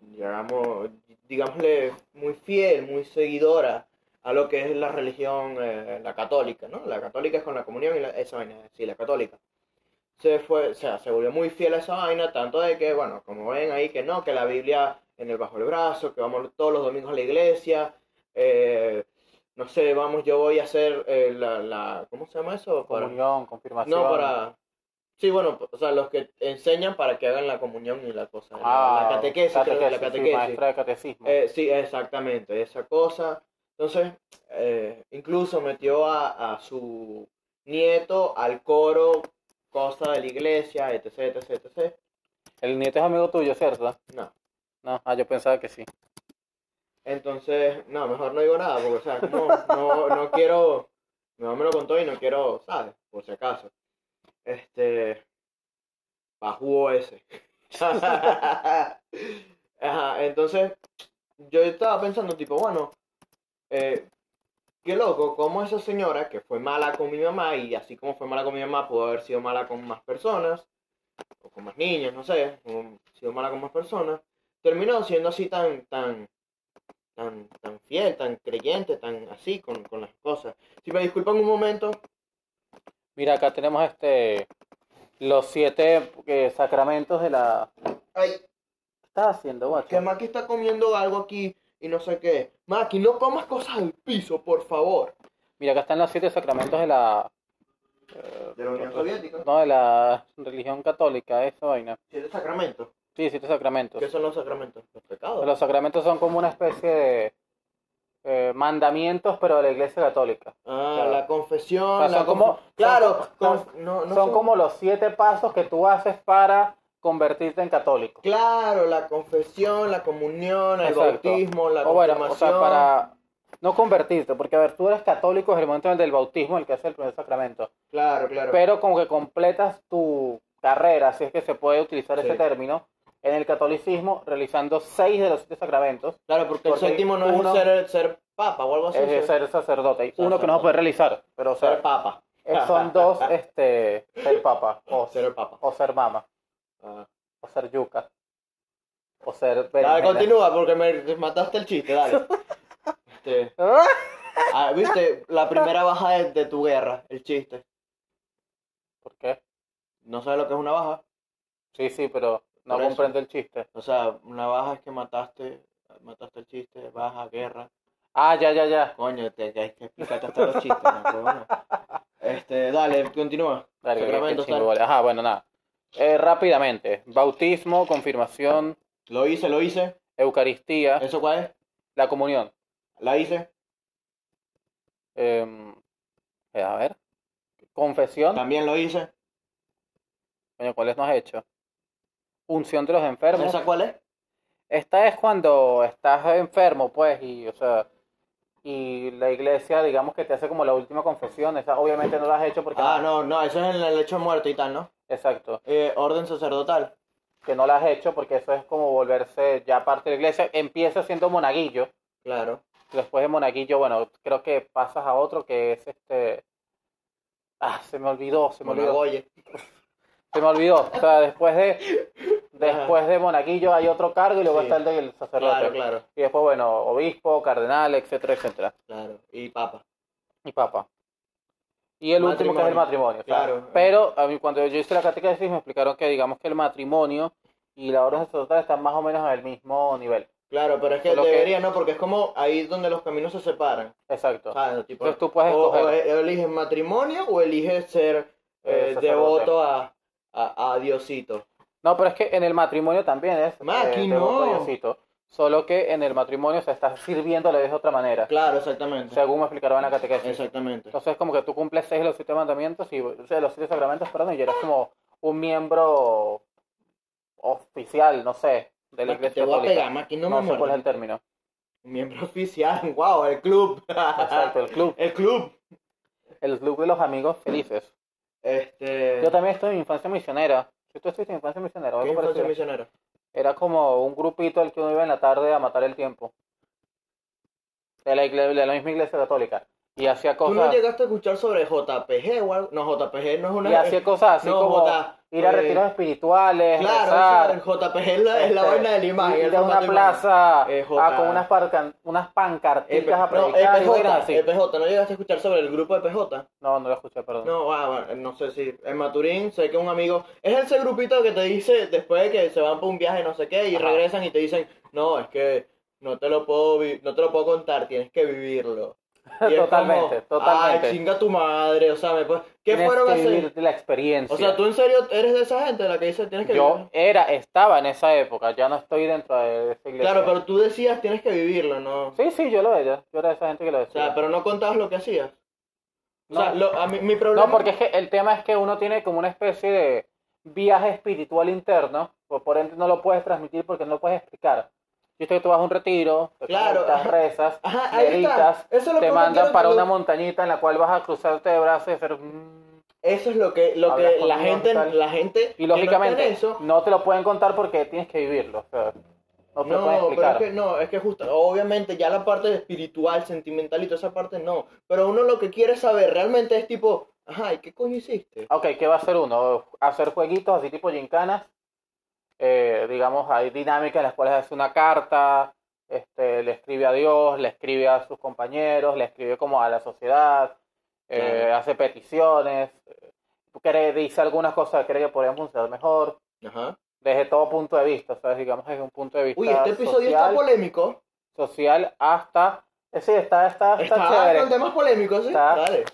Speaker 2: digamos, digámosle, muy fiel, muy seguidora a lo que es la religión, eh, la católica, ¿no? La católica es con la comunión y la- esa vaina, sí, la católica. Se fue, o sea, se volvió muy fiel a esa vaina, tanto de que, bueno, como ven ahí, que no, que la Biblia en el bajo el brazo, que vamos todos los domingos a la iglesia, eh, no sé, vamos, yo voy a hacer eh, la, la, ¿cómo se llama eso? Para-
Speaker 1: Comunión, confirmación.
Speaker 2: no, para. Sí, bueno, o sea, los que enseñan para que hagan la comunión y la cosa. la-
Speaker 1: Ah,
Speaker 2: la catequesis, creo que es
Speaker 1: catequesis, sí,
Speaker 2: la catequesis.
Speaker 1: maestra de catecismo.
Speaker 2: Eh, sí, exactamente, esa cosa. Entonces, eh, incluso metió a, a su nieto al coro, cosa de la iglesia, etc, etc, etc.
Speaker 1: El nieto es amigo tuyo, ¿cierto?
Speaker 2: No,
Speaker 1: No, ah, yo pensaba que sí.
Speaker 2: Entonces, no, mejor no digo nada, porque, o sea, no, no, no quiero, mi mamá me lo contó y no quiero, ¿sabes? Por si acaso. Este, bajo ese. Ajá, entonces, yo estaba pensando, tipo, bueno, eh, qué loco, cómo esa señora que fue mala con mi mamá, y así como fue mala con mi mamá, pudo haber sido mala con más personas, o con más niños, no sé, o sido mala con más personas, terminó siendo así tan, tan, tan, tan fiel, tan creyente, tan así con, con las cosas. Si me disculpan un momento,
Speaker 1: Mira, acá tenemos este los siete eh, sacramentos de la.
Speaker 2: ay,
Speaker 1: ¿Qué estás haciendo,
Speaker 2: que
Speaker 1: guacho?
Speaker 2: Maki está comiendo algo aquí y no sé qué. Maki, no comas cosas al piso, por favor.
Speaker 1: Mira, acá están los siete sacramentos de la. eh,
Speaker 2: De la Unión Soviética.
Speaker 1: No, de la religión católica, esa vaina.
Speaker 2: Siete sacramentos.
Speaker 1: Sí, siete sacramentos.
Speaker 2: ¿Qué son los sacramentos? Los pecados.
Speaker 1: Los sacramentos son como una especie de eh, mandamientos, pero de la iglesia católica.
Speaker 2: Ah,
Speaker 1: Claro.
Speaker 2: la confesión.
Speaker 1: O sea,
Speaker 2: la
Speaker 1: son como-
Speaker 2: conf- Claro,
Speaker 1: son como-
Speaker 2: conf- Ah, no, no
Speaker 1: son
Speaker 2: sé-
Speaker 1: como los siete pasos que tú haces para convertirte en católico.
Speaker 2: Claro, la confesión, la comunión, el
Speaker 1: Exacto.
Speaker 2: bautismo, la
Speaker 1: O bueno, o
Speaker 2: confirmación.
Speaker 1: sea, para no convertirte, porque a ver, tú eres católico desde el momento del bautismo, el que hace el primer sacramento,
Speaker 2: Claro, claro.
Speaker 1: pero como que completas tu carrera, si es que se puede utilizar
Speaker 2: Sí.
Speaker 1: ese término, en el catolicismo, realizando seis de los siete sacramentos,
Speaker 2: claro, porque,
Speaker 1: porque
Speaker 2: el séptimo no
Speaker 1: uno-
Speaker 2: es ser, ser papa o algo así.
Speaker 1: es de
Speaker 2: Ah, ¿sí?
Speaker 1: ser sacerdote. Hay uno
Speaker 2: Sacerdote.
Speaker 1: que no se puede realizar, pero o
Speaker 2: Ser
Speaker 1: sea,
Speaker 2: papa.
Speaker 1: eh, son dos, este, ser papa, o
Speaker 2: Ser
Speaker 1: ser,
Speaker 2: el papa.
Speaker 1: o ser mama,
Speaker 2: Ah.
Speaker 1: o ser yuca, o ser...
Speaker 2: Dale,
Speaker 1: berenjena.
Speaker 2: continúa porque me mataste el chiste, dale. Este,
Speaker 1: ¡Ah!
Speaker 2: ah, Viste, la primera baja de, de tu guerra, el chiste.
Speaker 1: ¿Por qué?
Speaker 2: No sabes lo que es una baja.
Speaker 1: Sí, sí, pero no
Speaker 2: Por eso.
Speaker 1: comprendo el chiste.
Speaker 2: O sea, una baja es que mataste, mataste el chiste, baja, guerra.
Speaker 1: Ah, ya, ya, ya.
Speaker 2: Coño, te, que, que explicaste hasta los chistes, ¿no? Pero bueno. Este, dale, continúa.
Speaker 1: Dale, que- que
Speaker 2: Sacramentos,
Speaker 1: chingo,
Speaker 2: dale.
Speaker 1: vale. Ajá, bueno, nada. Eh, rápidamente, bautismo, confirmación,
Speaker 2: Lo hice, lo hice.
Speaker 1: Eucaristía,
Speaker 2: ¿Eso cuál es?
Speaker 1: la comunión.
Speaker 2: La hice.
Speaker 1: Em, eh, a ver. Confesión,
Speaker 2: También lo hice.
Speaker 1: coño, ¿cuáles no has hecho? Unción de los enfermos.
Speaker 2: ¿Esa cuál es?
Speaker 1: Esta es cuando estás enfermo, pues, y, o sea, y la iglesia, digamos que te hace como la última confesión. Esa obviamente no la has hecho porque...
Speaker 2: Ah, no, no, eso es en el hecho de muerte y tal, ¿no?
Speaker 1: Exacto.
Speaker 2: Eh, orden sacerdotal.
Speaker 1: que no la has hecho porque eso es como volverse ya parte de la iglesia. Empieza siendo monaguillo,
Speaker 2: Claro.
Speaker 1: después de monaguillo, bueno, creo que pasas a otro que es este... Ah, se me olvidó, se me olvidó.
Speaker 2: Monagoye.
Speaker 1: Se me olvidó. O sea, después de
Speaker 2: Ajá.
Speaker 1: después de monaguillo hay otro cargo y luego
Speaker 2: Sí.
Speaker 1: está el del sacerdote.
Speaker 2: Claro, claro,
Speaker 1: Y después, bueno, obispo, cardenal, etcétera, etcétera.
Speaker 2: claro. Y papa.
Speaker 1: Y papa. Y el último que es el matrimonio.
Speaker 2: Claro.
Speaker 1: claro. Pero a mí cuando yo hice la catequesis me explicaron que digamos que el matrimonio y la orden sacerdotal están más o menos al mismo nivel.
Speaker 2: Claro, pero es que
Speaker 1: Solo que-
Speaker 2: debería, ¿no? Porque es como ahí donde los caminos se separan.
Speaker 1: Exacto.
Speaker 2: ¿sabes? Tipo,
Speaker 1: Entonces tú puedes
Speaker 2: Ah, o,
Speaker 1: escoger.
Speaker 2: o e- eliges matrimonio o eliges ser eh,
Speaker 1: Eh, sacerdote.
Speaker 2: devoto a, a, a Diosito.
Speaker 1: No, pero es que en el matrimonio también es.
Speaker 2: Maki,
Speaker 1: eh, devoto a
Speaker 2: no.
Speaker 1: Diosito. Solo que en el matrimonio se está sirviéndole de otra manera,
Speaker 2: Claro, exactamente.
Speaker 1: según me explicaron en la catequesis.
Speaker 2: Exactamente.
Speaker 1: Entonces, como que tú cumples seis de los siete mandamientos y o sea, los siete sacramentos, perdón, y eres como un miembro oficial, no sé, de la
Speaker 2: Maki,
Speaker 1: iglesia
Speaker 2: Pues, te voy a
Speaker 1: católica.
Speaker 2: pegar, Maki, no,
Speaker 1: no sé
Speaker 2: me
Speaker 1: cuál es el
Speaker 2: muerdas.
Speaker 1: término.
Speaker 2: Miembro oficial, wow, el club.
Speaker 1: Exacto, el club,
Speaker 2: el club.
Speaker 1: el club de los amigos felices.
Speaker 2: Este.
Speaker 1: Yo también estoy en infancia misionera. Si tú estuviste en infancia misionera, o
Speaker 2: ¿Qué
Speaker 1: algo
Speaker 2: infancia
Speaker 1: parecido.
Speaker 2: misionera?
Speaker 1: Era como un grupito al que uno iba en la tarde a matar el tiempo. De la, igle- de la misma iglesia católica. Y hacía
Speaker 2: ¿Tú no
Speaker 1: cosas.
Speaker 2: llegaste a escuchar sobre JPG o algo? No, JPG no es una.
Speaker 1: y hacía cosas así
Speaker 2: no,
Speaker 1: como
Speaker 2: joda,
Speaker 1: ir a
Speaker 2: eh,
Speaker 1: retiros espirituales,
Speaker 2: Claro,
Speaker 1: rezar,
Speaker 2: o sea, el JPG es la, es la
Speaker 1: este,
Speaker 2: vaina de la imagen.
Speaker 1: ir
Speaker 2: el
Speaker 1: a una
Speaker 2: formato de imagen.
Speaker 1: plaza
Speaker 2: Eh,
Speaker 1: ah,
Speaker 2: joda.
Speaker 1: con unas, parcan- unas
Speaker 2: Eh,
Speaker 1: pancarticas a
Speaker 2: no,
Speaker 1: predicar y
Speaker 2: EPJ,
Speaker 1: vainas así.
Speaker 2: EPJ, ¿no llegaste a escuchar sobre el grupo EPJ?
Speaker 1: No, no lo escuché, perdón.
Speaker 2: No, ah, bueno, no sé si en Maturín, sé que un amigo, es ese grupito que te dice después de que se van por un viaje no sé qué y
Speaker 1: Ajá.
Speaker 2: regresan y te dicen, "No, es que no te lo puedo vi- no te lo puedo contar, tienes que vivirlo." Y es
Speaker 1: Totalmente,
Speaker 2: como,
Speaker 1: totalmente.
Speaker 2: "Ay, chinga tu madre", o sea, me puedes- ¿qué
Speaker 1: Tienes
Speaker 2: fueron a
Speaker 1: que
Speaker 2: hacer?
Speaker 1: vivir la experiencia.
Speaker 2: O sea, tú en serio eres de esa gente la que dice, "Tienes que
Speaker 1: Yo
Speaker 2: vivirlo"?
Speaker 1: era, estaba en esa época, ya no estoy dentro de esa iglesia.
Speaker 2: Claro, pero tú decías, "Tienes que vivirlo", no.
Speaker 1: Sí, sí, yo lo era. Yo era de esa gente que lo
Speaker 2: O
Speaker 1: decía.
Speaker 2: sea, pero no contabas lo que hacías. O sea,
Speaker 1: No.
Speaker 2: lo- a mí- mi problema
Speaker 1: No, porque es que el tema es que uno tiene como una especie de viaje espiritual interno, por, por ende no lo puedes transmitir porque no lo puedes explicar. Yo estoy, tú vas a un retiro, te
Speaker 2: Claro.
Speaker 1: conectas, rezas,
Speaker 2: Ajá, ahí está.
Speaker 1: Meditas,
Speaker 2: Eso es lo que
Speaker 1: te
Speaker 2: uno
Speaker 1: mandan
Speaker 2: quiere
Speaker 1: para
Speaker 2: cuando-
Speaker 1: una montañita en la cual vas a cruzarte de brazos y hacer... mm.
Speaker 2: Eso es lo que, lo
Speaker 1: Hablas
Speaker 2: que
Speaker 1: con
Speaker 2: la
Speaker 1: un
Speaker 2: gente,
Speaker 1: hospital.
Speaker 2: la gente.
Speaker 1: Y lógicamente,
Speaker 2: Que no está en eso,
Speaker 1: no te lo pueden contar porque tienes que vivirlo. o sea, no te lo pueden
Speaker 2: No, pero es
Speaker 1: explicar.
Speaker 2: que no, es que justo, obviamente ya la parte espiritual, sentimental y toda esa parte no, pero uno lo que quiere saber realmente es tipo, ajá, ¿y qué coño hiciste?
Speaker 1: Ok, ¿qué va a hacer uno? Hacer jueguitos así tipo gincanas. Eh, digamos, hay dinámicas en las cuales hace una carta, este, le escribe a Dios, le escribe a sus compañeros, le escribe como a la sociedad, eh,
Speaker 2: Claro.
Speaker 1: hace peticiones, eh, cree- dice algunas cosas que cree que podrían funcionar mejor,
Speaker 2: Ajá.
Speaker 1: desde todo punto de vista, o sea, digamos desde un punto de vista
Speaker 2: Uy, este episodio
Speaker 1: social,
Speaker 2: está polémico.
Speaker 1: social hasta... eh, sí, está, está, está,
Speaker 2: Está
Speaker 1: chévere.
Speaker 2: con temas polémicos, sí.
Speaker 1: Está-
Speaker 2: Dale.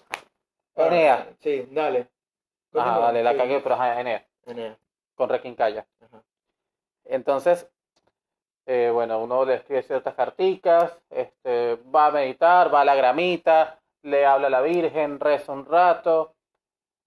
Speaker 2: Ah,
Speaker 1: Enea.
Speaker 2: Sí, dale.
Speaker 1: Ajá,
Speaker 2: Continúa,
Speaker 1: dale, la
Speaker 2: sí.
Speaker 1: cagué, pero ajá, Enea.
Speaker 2: Enea.
Speaker 1: con Requincaya.
Speaker 2: Ajá.
Speaker 1: Entonces, eh, bueno, uno le escribe ciertas carticas, este, va a meditar, va a la gramita, le habla a la Virgen, reza un rato.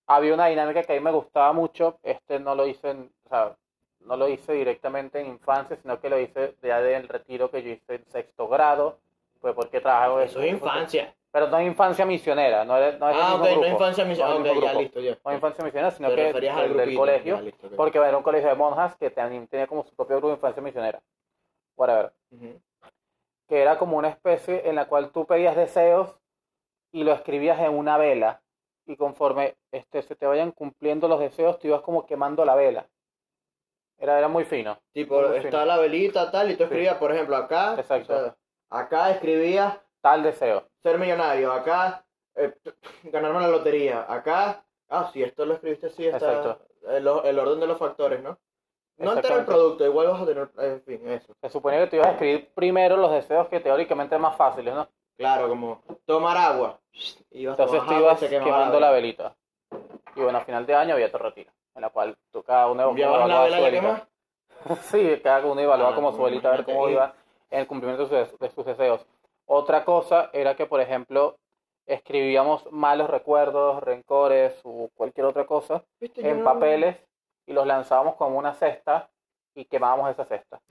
Speaker 1: Había una dinámica que a mí me gustaba mucho, este no lo hice, en- o sea, no lo hice directamente en infancia, sino que lo hice ya del retiro que yo hice en sexto grado, pues porque trabajo
Speaker 2: Eso es infancia.
Speaker 1: Pero no es infancia misionera, no es, no es el
Speaker 2: Ah,
Speaker 1: mismo
Speaker 2: ok, no
Speaker 1: grupo,
Speaker 2: es infancia misión.
Speaker 1: no es
Speaker 2: Ah,
Speaker 1: el
Speaker 2: ok,
Speaker 1: mismo
Speaker 2: ya
Speaker 1: grupo.
Speaker 2: listo, ya.
Speaker 1: No es infancia misionera, sino
Speaker 2: Te
Speaker 1: que
Speaker 2: referías al
Speaker 1: del- del
Speaker 2: grupito,
Speaker 1: colegio.
Speaker 2: ya, listo, ok.
Speaker 1: Porque bueno, era un colegio de monjas que también tenía como su propio grupo de infancia misionera. Whatever.
Speaker 2: Ujú.
Speaker 1: Que era como una especie en la cual tú pedías deseos y lo escribías en una vela. Y conforme este, se te vayan cumpliendo los deseos, tú ibas como quemando la vela. Era, era muy fino.
Speaker 2: Tipo,
Speaker 1: Muy
Speaker 2: está
Speaker 1: fino.
Speaker 2: la velita, tal, y
Speaker 1: Sí.
Speaker 2: tú escribías, por ejemplo, acá.
Speaker 1: Exacto.
Speaker 2: o sea, acá escribías
Speaker 1: Tal deseo.
Speaker 2: ser millonario, acá eh, ganarme la lotería, acá, ah, sí, esto lo escribiste así, está
Speaker 1: Exacto.
Speaker 2: el, o- el orden de los factores, ¿no? No entera el
Speaker 1: Exactamente.
Speaker 2: producto, igual vas a tener, en fin, eso.
Speaker 1: Se suponía que tú ibas a escribir primero los deseos que teóricamente eran más fáciles, ¿no?
Speaker 2: Claro, como tomar agua. Y vas a
Speaker 1: Entonces tú
Speaker 2: tomar agua y
Speaker 1: ibas
Speaker 2: se quemaba
Speaker 1: quemando la
Speaker 2: vela.
Speaker 1: velita. Y bueno, a final de año había tu retiro. En la cual tú cada uno
Speaker 2: ¿Llevas la
Speaker 1: evaluaba
Speaker 2: vela
Speaker 1: su
Speaker 2: y la
Speaker 1: velita.
Speaker 2: quemas?
Speaker 1: Sí, cada uno evaluaba
Speaker 2: Ah,
Speaker 1: como su
Speaker 2: bueno,
Speaker 1: velita a ver
Speaker 2: imagínate.
Speaker 1: cómo
Speaker 2: Y-
Speaker 1: iba en el cumplimiento de sus, de sus deseos. Otra cosa era que, por ejemplo, escribíamos malos recuerdos, rencores o cualquier otra cosa
Speaker 2: Viste, yo
Speaker 1: en
Speaker 2: no-
Speaker 1: papeles y los lanzábamos como una cesta y quemábamos esa cesta.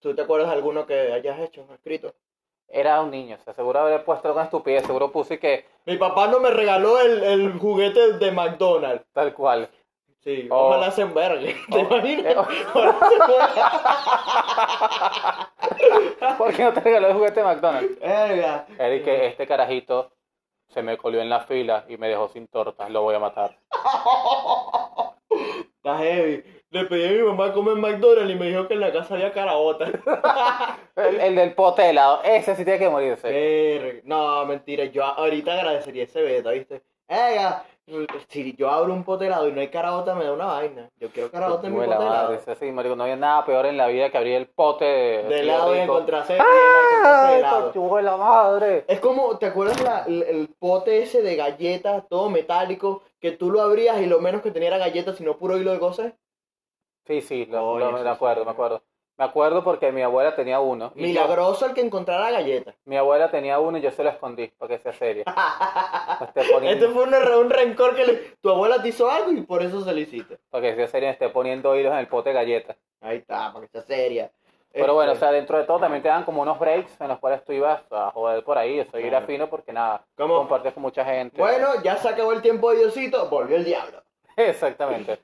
Speaker 2: ¿Tú te acuerdas de alguno que hayas hecho, escrito?
Speaker 1: Era un niño, o sea, seguro habré puesto alguna estupidez, seguro puse que
Speaker 2: Mi papá no me regaló el, el juguete de McDonald's.
Speaker 1: tal cual.
Speaker 2: Sí,
Speaker 1: Oh.
Speaker 2: ojalá se envergue. ¿Te
Speaker 1: Oh.
Speaker 2: imaginas?
Speaker 1: Eh, ¿Por qué no te regaló el juguete de McDonald's?
Speaker 2: Verga.
Speaker 1: Era y que este carajito se me colió en la fila y me dejó sin tortas, lo voy a matar.
Speaker 2: Está
Speaker 1: eh.
Speaker 2: heavy. Le pedí a mi mamá comer McDonald's y me dijo que en la casa había caraotas.
Speaker 1: El, el del pote de helado, ese sí tiene que morirse.
Speaker 2: Verga. No, mentira. Yo ahorita agradecería ese beta, ¿viste? Ega, si yo abro un potelado y no hay caraota, me da una vaina. Yo quiero caraota en este mi
Speaker 1: Tuve la madre,
Speaker 2: potelado.
Speaker 1: ah, ese sí, marico, no había nada peor en la vida que abrir el pote de,
Speaker 2: De helado y
Speaker 1: rico. Ah,
Speaker 2: encontrarse
Speaker 1: ¡Ay,
Speaker 2: helado.
Speaker 1: tuve la madre!
Speaker 2: Es como, ¿te acuerdas la- el, el pote ese de galletas, todo metálico, que tú lo abrías y lo menos que tenía era galletas, sino puro hilo de goces?
Speaker 1: Sí, sí, lo-
Speaker 2: Coño,
Speaker 1: lo-
Speaker 2: eso
Speaker 1: me
Speaker 2: sí.
Speaker 1: acuerdo, me acuerdo. Me acuerdo porque mi abuela tenía uno. y yo-
Speaker 2: Milagroso el que encontrara galletas.
Speaker 1: mi abuela tenía uno y yo se lo escondí, para que sea serio. Este poniendo-
Speaker 2: Este fue un, re- un rencor que le- tu abuela te hizo algo y por eso se lo hiciste.
Speaker 1: Para que sea serio, esté poniendo hilos en el pote de galletas.
Speaker 2: Ahí está, para que sea seria.
Speaker 1: Pero bueno, o
Speaker 2: Este,
Speaker 1: sea, dentro de todo también te dan como unos breaks en los cuales tú ibas a joder por ahí, eso ir a
Speaker 2: Claro.
Speaker 1: fino porque nada,
Speaker 2: ¿Cómo?
Speaker 1: compartes con mucha gente.
Speaker 2: Bueno, ya se acabó el tiempo de Diosito, volvió el diablo.
Speaker 1: Exactamente.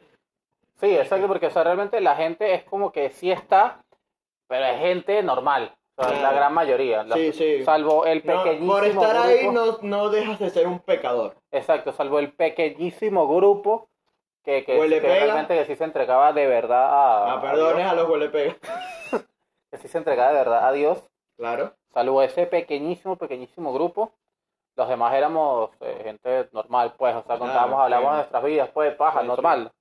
Speaker 1: Sí, exacto, porque o sea, realmente la gente es como que sí está, pero es gente normal, o sea,
Speaker 2: Claro.
Speaker 1: la gran mayoría, la-
Speaker 2: Sí, sí.
Speaker 1: salvo el
Speaker 2: No,
Speaker 1: pequeñísimo
Speaker 2: por estar ahí
Speaker 1: grupo,
Speaker 2: no, no dejas de ser un pecador.
Speaker 1: exacto, salvo el pequeñísimo grupo que, que,
Speaker 2: Huele
Speaker 1: que
Speaker 2: pega.
Speaker 1: realmente que sí se entregaba de verdad a,
Speaker 2: Ah, perdones
Speaker 1: a Dios,
Speaker 2: a los huele pega.
Speaker 1: que sí se entregaba de verdad a Dios,
Speaker 2: Claro.
Speaker 1: salvo ese pequeñísimo, pequeñísimo grupo, los demás éramos eh, gente normal, pues, o sea,
Speaker 2: Claro,
Speaker 1: contábamos, hablábamos
Speaker 2: claro.
Speaker 1: de nuestras vidas, pues, paja,
Speaker 2: Sí, sí.
Speaker 1: normal.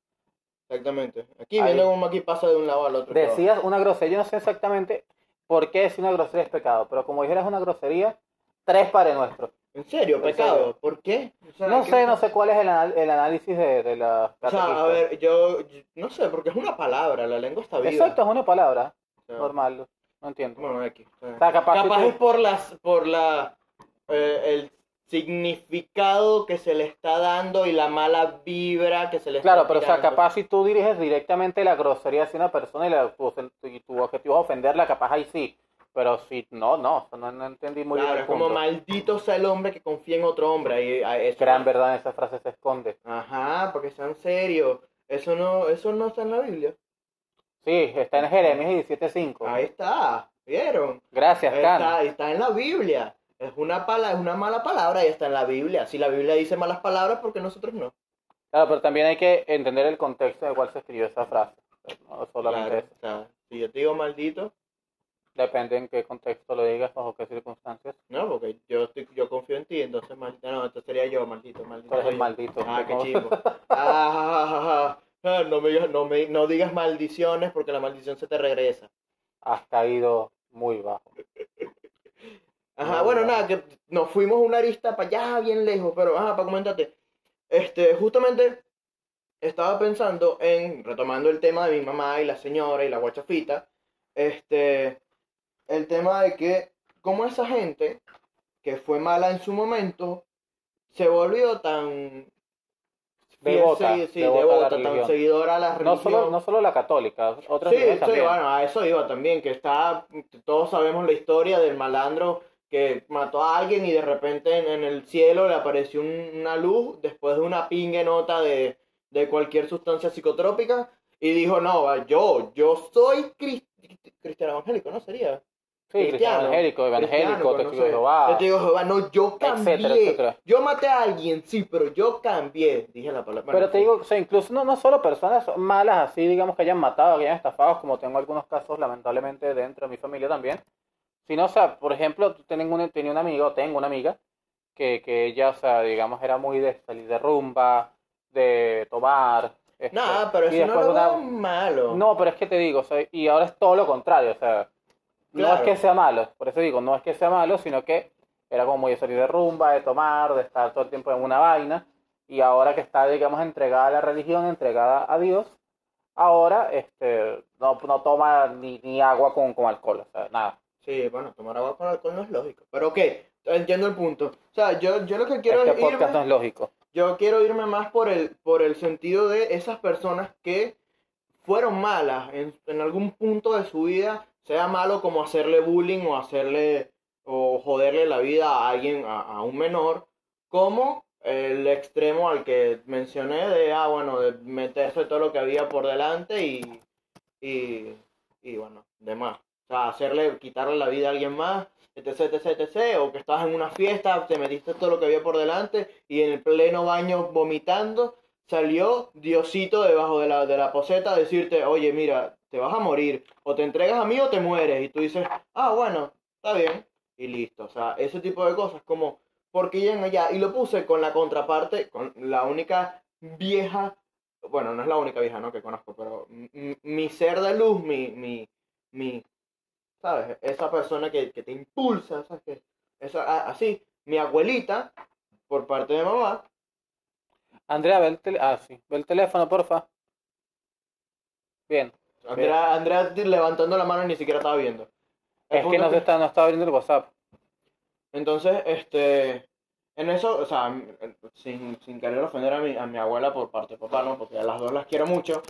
Speaker 2: Exactamente. Aquí
Speaker 1: Ahí.
Speaker 2: viendo cómo aquí pasa de un lado al otro.
Speaker 1: Decías una grosería, yo no sé exactamente por qué decir una grosería es pecado, pero como dijeras una grosería, tres Padre Nuestros.
Speaker 2: ¿En serio,
Speaker 1: En
Speaker 2: pecado?
Speaker 1: serio.
Speaker 2: ¿Por qué? O sea,
Speaker 1: No
Speaker 2: ¿qué-
Speaker 1: sé, no sé cuál es el, anal- el análisis de, de la
Speaker 2: O sea,
Speaker 1: catequista.
Speaker 2: a ver, yo, yo no sé, porque es una palabra, la lengua está viva.
Speaker 1: Exacto, es una palabra
Speaker 2: O sea,
Speaker 1: normal, no entiendo.
Speaker 2: Bueno, aquí. o sea,
Speaker 1: O sea, capaz, que
Speaker 2: Capaz
Speaker 1: tú-
Speaker 2: es por las, por la, eh, el significado que se le está dando y la mala vibra que se le
Speaker 1: Claro,
Speaker 2: está
Speaker 1: pero o sea,
Speaker 2: tirando.
Speaker 1: capaz si tú pues, diriges directamente la grosería hacia una persona y, la, tu, tu- tu objetivo es ofenderla, capaz ahí sí. Pero si no, no, no, no entendí muy
Speaker 2: Claro,
Speaker 1: bien.
Speaker 2: es
Speaker 1: El
Speaker 2: como
Speaker 1: punto.
Speaker 2: maldito sea el hombre que confía en otro hombre. Ahí, ahí, eso-
Speaker 1: Gran verdad en esa frase se esconde.
Speaker 2: Ajá, porque sean serios. Eso no, eso no está en la Biblia.
Speaker 1: Sí, está en Jeremías 17.5.
Speaker 2: Ahí está, ¿vieron?
Speaker 1: Gracias,
Speaker 2: Ahí
Speaker 1: Can.
Speaker 2: está, ahí está en la Biblia. Es una, pala, es una mala palabra y está en la Biblia. Si la Biblia dice malas palabras, ¿por qué nosotros no?
Speaker 1: Claro, pero también hay que entender el contexto en el cual se escribió esa frase. pues, No solamente
Speaker 2: Claro,
Speaker 1: eso.
Speaker 2: o sea, si yo te digo maldito,
Speaker 1: Depende en qué contexto lo digas, bajo qué circunstancias.
Speaker 2: no, porque yo, estoy, yo confío en ti, entonces maldito, no, entonces sería yo, maldito, maldito.
Speaker 1: Tú eres
Speaker 2: soy
Speaker 1: el
Speaker 2: yo.
Speaker 1: maldito.
Speaker 2: Ah, qué
Speaker 1: ¿no?
Speaker 2: chivo. Ah, ah, no, me, digas- no, me, no digas maldiciones porque la maldición se te regresa.
Speaker 1: Has caído muy bajo.
Speaker 2: Ajá,
Speaker 1: No,
Speaker 2: bueno,
Speaker 1: no.
Speaker 2: nada, que nos fuimos una arista para allá bien lejos, pero ajá, para comentarte. Este, justamente estaba pensando en, retomando el tema de mi mamá y la señora y la guachafita, este, el tema de que cómo esa gente que fue mala en su momento se volvió tan fiel
Speaker 1: Devota,
Speaker 2: segui- sí,
Speaker 1: devota a la
Speaker 2: devota, tan
Speaker 1: religión.
Speaker 2: seguidora a la
Speaker 1: No
Speaker 2: religión.
Speaker 1: solo, no solo la católica, otras
Speaker 2: Sí,
Speaker 1: religiones
Speaker 2: sí,
Speaker 1: también.
Speaker 2: bueno, a eso iba también, que está, todos sabemos la historia del malandro que mató a alguien y de repente en, en el cielo le apareció un- una luz después de una pingue nota de, de cualquier sustancia psicotrópica y dijo, no, va, yo, yo soy cris- cristiano evangélico, ¿no sería?
Speaker 1: sí, cristiano,
Speaker 2: cristiano,
Speaker 1: evangélico,
Speaker 2: Cristiano,
Speaker 1: evangélico,
Speaker 2: pues, no
Speaker 1: testigo de
Speaker 2: sé.
Speaker 1: Jehová,
Speaker 2: Yo te digo, Jehová, no, yo cambié.
Speaker 1: etcétera, etcétera.
Speaker 2: Yo maté a alguien, sí, pero yo cambié, dije la palabra. bueno,
Speaker 1: Pero te
Speaker 2: sí.
Speaker 1: digo, o sea, incluso no, no solo personas malas, así digamos que hayan matado, que hayan estafado, como tengo algunos casos lamentablemente dentro de mi familia también, sino, o sea, por ejemplo, tengo una, tenía una amiga, o tengo una amiga, que, que ella, o sea, digamos, era muy de salir de rumba, de tomar. este,
Speaker 2: Nada, pero
Speaker 1: y
Speaker 2: eso no
Speaker 1: después
Speaker 2: lo
Speaker 1: una-
Speaker 2: veo malo.
Speaker 1: No, pero es que te digo, o sea, y ahora es todo lo contrario, o sea, no es
Speaker 2: Claro.
Speaker 1: que sea malo, por eso digo, no es que sea malo, sino que era como muy de salir de rumba, de tomar, de estar todo el tiempo en una vaina, y ahora que está, digamos, entregada a la religión, entregada a Dios, ahora este, no, no toma ni, ni agua con, con alcohol, o sea, nada.
Speaker 2: Sí, bueno, tomar agua con alcohol no es lógico. Pero ok, entiendo el punto. O sea, yo, yo lo que quiero
Speaker 1: este podcast
Speaker 2: irme,
Speaker 1: no es lógico.
Speaker 2: yo quiero irme más por el, por el sentido de esas personas que fueron malas en, en algún punto de su vida, sea malo como hacerle bullying o hacerle o joderle la vida a alguien, a, a un menor, como el extremo al que mencioné de, ah, bueno, de meterse todo lo que había por delante y, y, y bueno, demás. O sea, hacerle, quitarle la vida a alguien más, etc, etc, etc. O que estabas en una fiesta, te metiste todo lo que había por delante y en el pleno baño vomitando, salió Diosito debajo de la, de la poseta a decirte, oye, mira, te vas a morir. O te entregas a mí o te mueres. Y tú dices, ah, bueno, está bien. Y listo. O sea, ese tipo de cosas como, porque llegan allá. Y lo puse con la contraparte, con la única vieja bueno, no es la única vieja, ¿no? Que conozco, pero m- m- mi ser de luz, mi, mi, mi, ¿sabes? Esa persona que, que te impulsa, ¿sabes? Que, esa, a- así, mi abuelita, por parte de mamá,
Speaker 1: Andrea, ve el, tel- ah, sí, ve el teléfono, porfa. Bien,
Speaker 2: Andrea, Andrea levantando la mano ni siquiera estaba viendo.
Speaker 1: es
Speaker 2: El
Speaker 1: que
Speaker 2: punto
Speaker 1: no,
Speaker 2: es
Speaker 1: se está, no está abriendo el WhatsApp.
Speaker 2: Entonces, este, en eso, o sea, sin, sin querer ofender a mi, a mi abuela por parte de papá, ¿no? Porque a las dos las quiero mucho,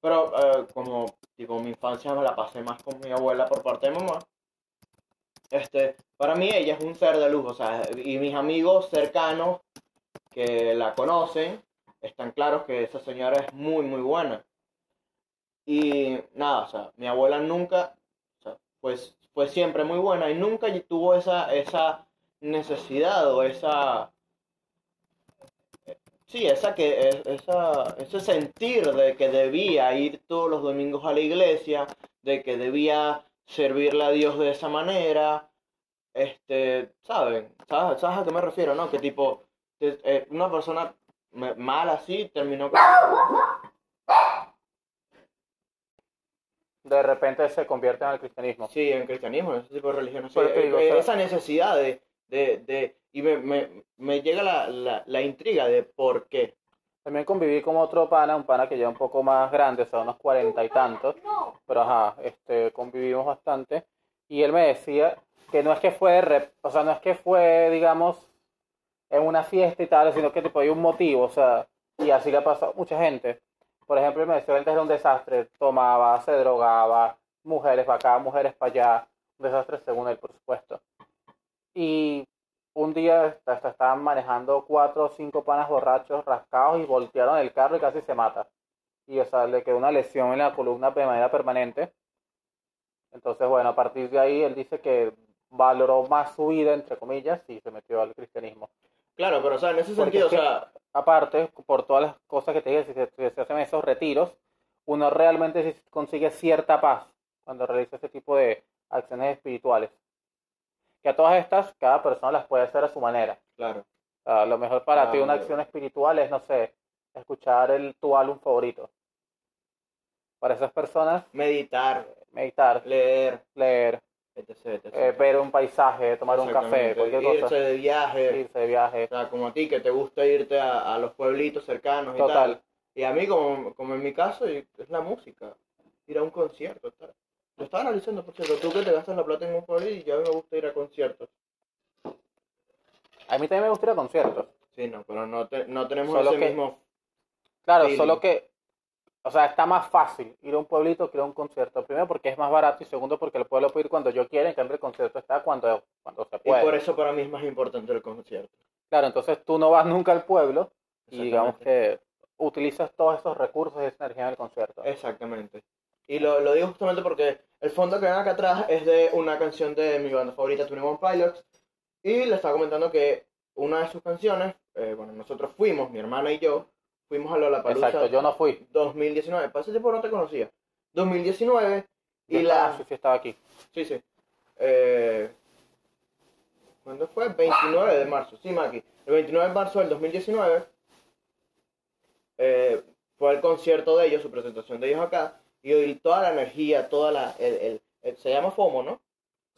Speaker 2: pero eh, como, tipo, mi infancia me la pasé más con mi abuela por parte de mamá, este, para mí ella es un ser de luz, o sea, y mis amigos cercanos que la conocen, están claros que esa señora es muy, muy buena. Y nada, o sea, mi abuela nunca, o sea, pues fue siempre muy buena y nunca tuvo esa, esa necesidad o esa sí esa que es- esa ese sentir de que debía ir todos los domingos a la iglesia de que debía servirle a Dios de esa manera este saben sabes, sabes a qué me refiero no que tipo te- eh, una persona me- mala así terminó con...
Speaker 1: De repente se convierte en el cristianismo.
Speaker 2: Sí, en cristianismo, en ese tipo de religiones. Sí,
Speaker 1: Por eso te digo,
Speaker 2: eh,
Speaker 1: o sea-
Speaker 2: esa necesidad de, de, de- y me, me, me llega la, la, la intriga de por qué.
Speaker 1: También conviví con otro pana, un pana que ya un poco más grande, o sea, unos cuarenta y tantos, pero ajá, este, convivimos bastante. Y él me decía que no es que fue, de rep- o sea, no es que fue, digamos, en una fiesta y tal, sino que tipo hay un motivo, o sea, y así le ha pasado a mucha gente. Por ejemplo, él me decía, él era un desastre, tomaba, se drogaba, mujeres para acá, mujeres para allá, desastres según él, por supuesto. Y un día hasta- hasta estaban manejando cuatro o cinco panas borrachos rascados y voltearon el carro y casi se mata. Y o sea, le quedó una lesión en la columna de manera permanente. Entonces, bueno, a partir de ahí él dice que valoró más su vida, entre comillas, y se metió al cristianismo.
Speaker 2: Claro, pero o sea, en ese
Speaker 1: Porque
Speaker 2: sentido, o
Speaker 1: es que-
Speaker 2: sea,
Speaker 1: Aparte, por todas las cosas que te dije, si se, si se hacen esos retiros, uno realmente sí consigue cierta paz cuando realiza este tipo de acciones espirituales. Que a todas estas, cada persona las puede hacer a su manera.
Speaker 2: claro.
Speaker 1: A lo mejor para
Speaker 2: Ah,
Speaker 1: ti una
Speaker 2: vale.
Speaker 1: acción espiritual es, no sé, escuchar el, tu álbum favorito. Para esas personas,
Speaker 2: Meditar,
Speaker 1: meditar,
Speaker 2: leer,
Speaker 1: leer,
Speaker 2: etc. etc.
Speaker 1: eh, ver un paisaje, tomar un café,
Speaker 2: Exactamente,
Speaker 1: cualquier
Speaker 2: irse
Speaker 1: cosa,
Speaker 2: de viaje.
Speaker 1: irse de viaje.
Speaker 2: O sea, como a ti que te gusta irte a, a los pueblitos cercanos y
Speaker 1: Total.
Speaker 2: tal. Y a mí, como, como en mi caso, y- es la música. Ir a un concierto. Tal. Lo estaba analizando, por cierto, tú que te gastas la plata en un pueblo y ya me gusta ir a conciertos.
Speaker 1: A mí también me gusta ir a conciertos.
Speaker 2: Sí, no, pero no, te- no tenemos
Speaker 1: Solo
Speaker 2: ese
Speaker 1: que-
Speaker 2: mismo...
Speaker 1: Claro,
Speaker 2: Sí.
Speaker 1: solo que, o sea, está más fácil ir a un pueblito que ir a un concierto. Primero porque es más barato y segundo porque el pueblo puede ir cuando yo quiera, en cambio el concierto está cuando, cuando se
Speaker 2: Y
Speaker 1: puede.
Speaker 2: por eso para mí es más importante el concierto.
Speaker 1: Claro, entonces tú no vas nunca al pueblo y digamos
Speaker 2: Exactamente.
Speaker 1: que utilizas todos esos recursos y esa energía en el concierto.
Speaker 2: Eh, Exactamente. Y lo, lo digo justamente porque el fondo que ven acá atrás es de una canción de mi banda favorita, Twenty One Pilots. Y le estaba comentando que una de sus canciones, eh, bueno, nosotros fuimos, mi hermana y yo, fuimos a Lollapalooza
Speaker 1: Exacto, yo no fui.
Speaker 2: 2019. Para ese tiempo no te conocía. 2019
Speaker 1: Yo
Speaker 2: y
Speaker 1: estaba- ah,
Speaker 2: la...
Speaker 1: sí, sí estaba aquí.
Speaker 2: Sí, sí. Eh, ¿Cuándo fue? 29 de marzo. Sí, Maki. El 29 de marzo del 2019 eh, fue el concierto de ellos, su presentación de ellos acá. Y oí toda la energía, toda la... el- el- el- se llama FOMO, ¿no?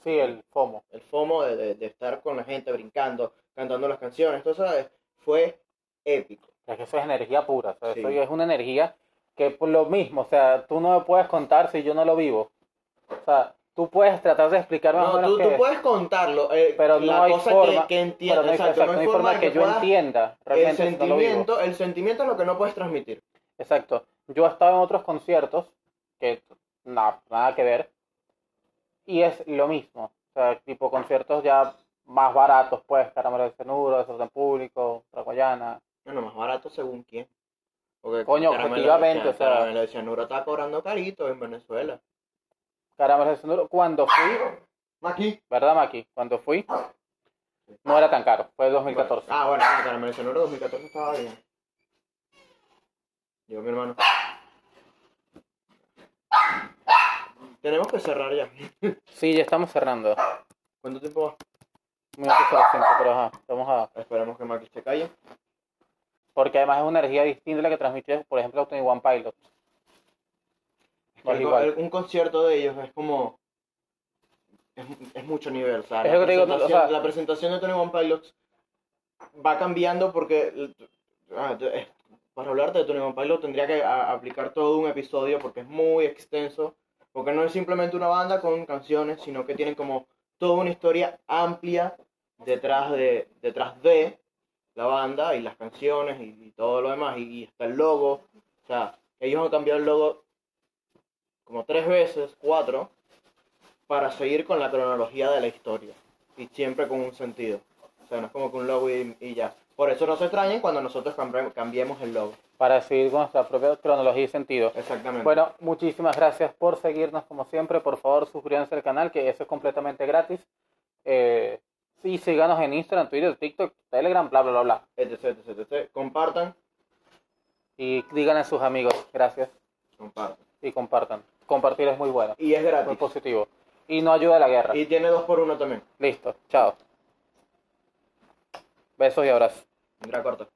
Speaker 1: Sí, el FOMO.
Speaker 2: el FOMO de, de- de estar con la gente brincando, cantando las canciones, todo eso fue épico.
Speaker 1: Es que eso es energía pura, o sea,
Speaker 2: Sí.
Speaker 1: eso ya es una energía que por lo mismo, o sea, tú no me puedes contar si yo no lo vivo. O sea, tú puedes tratar de explicar más o
Speaker 2: No,
Speaker 1: menos
Speaker 2: tú,
Speaker 1: qué
Speaker 2: tú
Speaker 1: es,
Speaker 2: puedes contarlo, eh,
Speaker 1: pero
Speaker 2: la
Speaker 1: no hay
Speaker 2: cosa
Speaker 1: forma,
Speaker 2: que, que
Speaker 1: pero
Speaker 2: entiendas,
Speaker 1: no hay,
Speaker 2: exacto,
Speaker 1: exacto, no hay forma
Speaker 2: de
Speaker 1: que, yo
Speaker 2: puedas-
Speaker 1: entienda
Speaker 2: El
Speaker 1: realmente si no lo vivo.
Speaker 2: sentimiento, el sentimiento es lo que no puedes transmitir.
Speaker 1: Exacto. Yo he estado en otros conciertos que na- nada que ver y es lo mismo. O sea, tipo conciertos ya más baratos, pues, Caramelo de Cenuro, Desorden Público, Raguayana.
Speaker 2: Bueno, más barato según quién. Porque
Speaker 1: Coño, objetivamente,
Speaker 2: de cian-
Speaker 1: o sea-
Speaker 2: Caramelo de cianuro está cobrando carito en Venezuela.
Speaker 1: Caramelo de Cenuro, cuando fui,
Speaker 2: Maki.
Speaker 1: ¿verdad, Maki? Cuando fui, no era tan caro, fue el 2014.
Speaker 2: Ah, bueno, no, Caramelo de cianuro 2014 estaba bien. Yo, mi hermano. Tenemos que cerrar ya.
Speaker 1: Sí, ya estamos cerrando.
Speaker 2: ¿Cuánto tiempo va?
Speaker 1: Muy interesante, pero ajá, vamos a...
Speaker 2: Esperamos que Maki se calle.
Speaker 1: Porque además es una energía distinta a la que transmite, por ejemplo, Tony One Pilot. No es
Speaker 2: El-
Speaker 1: igual.
Speaker 2: el- un concierto de ellos es como. Es, es mucho nivel, o sea,
Speaker 1: Es
Speaker 2: la,
Speaker 1: lo que te digo, no, o
Speaker 2: presentación,
Speaker 1: sea-
Speaker 2: la presentación de Tony One Pilots va cambiando porque. el- ah, te- eh, Para hablarte de Tony One Pilot tendría que a- aplicar todo un episodio porque es muy extenso. Porque no es simplemente una banda con canciones, sino que tienen como toda una historia amplia detrás de, detrás de la banda y las canciones y, y todo lo demás. Y, y está el logo. O sea, ellos han cambiado el logo como tres veces, cuatro, para seguir con la cronología de la historia. Y siempre con un sentido. O sea, no es como que un logo y, y ya. Por eso no se extrañen cuando nosotros cambiemos, cambiemos el logo.
Speaker 1: Para seguir con nuestra propia cronología y sentido.
Speaker 2: Exactamente.
Speaker 1: Bueno, muchísimas gracias por seguirnos como siempre. Por favor, suscríbanse al canal, que eso es completamente gratis. Eh, sí, síganos en Instagram, Twitter, TikTok, Telegram, bla, bla, bla, bla.
Speaker 2: etc, etc, etc. Compartan,
Speaker 1: Y digan a sus amigos, gracias,
Speaker 2: compartan.
Speaker 1: y compartan. Compartir es muy bueno,
Speaker 2: Y es
Speaker 1: muy
Speaker 2: gratis.
Speaker 1: positivo. Y no ayuda a la guerra.
Speaker 2: Y tiene dos por uno también.
Speaker 1: Listo, chao. Besos y abrazos.
Speaker 2: Mira, corta.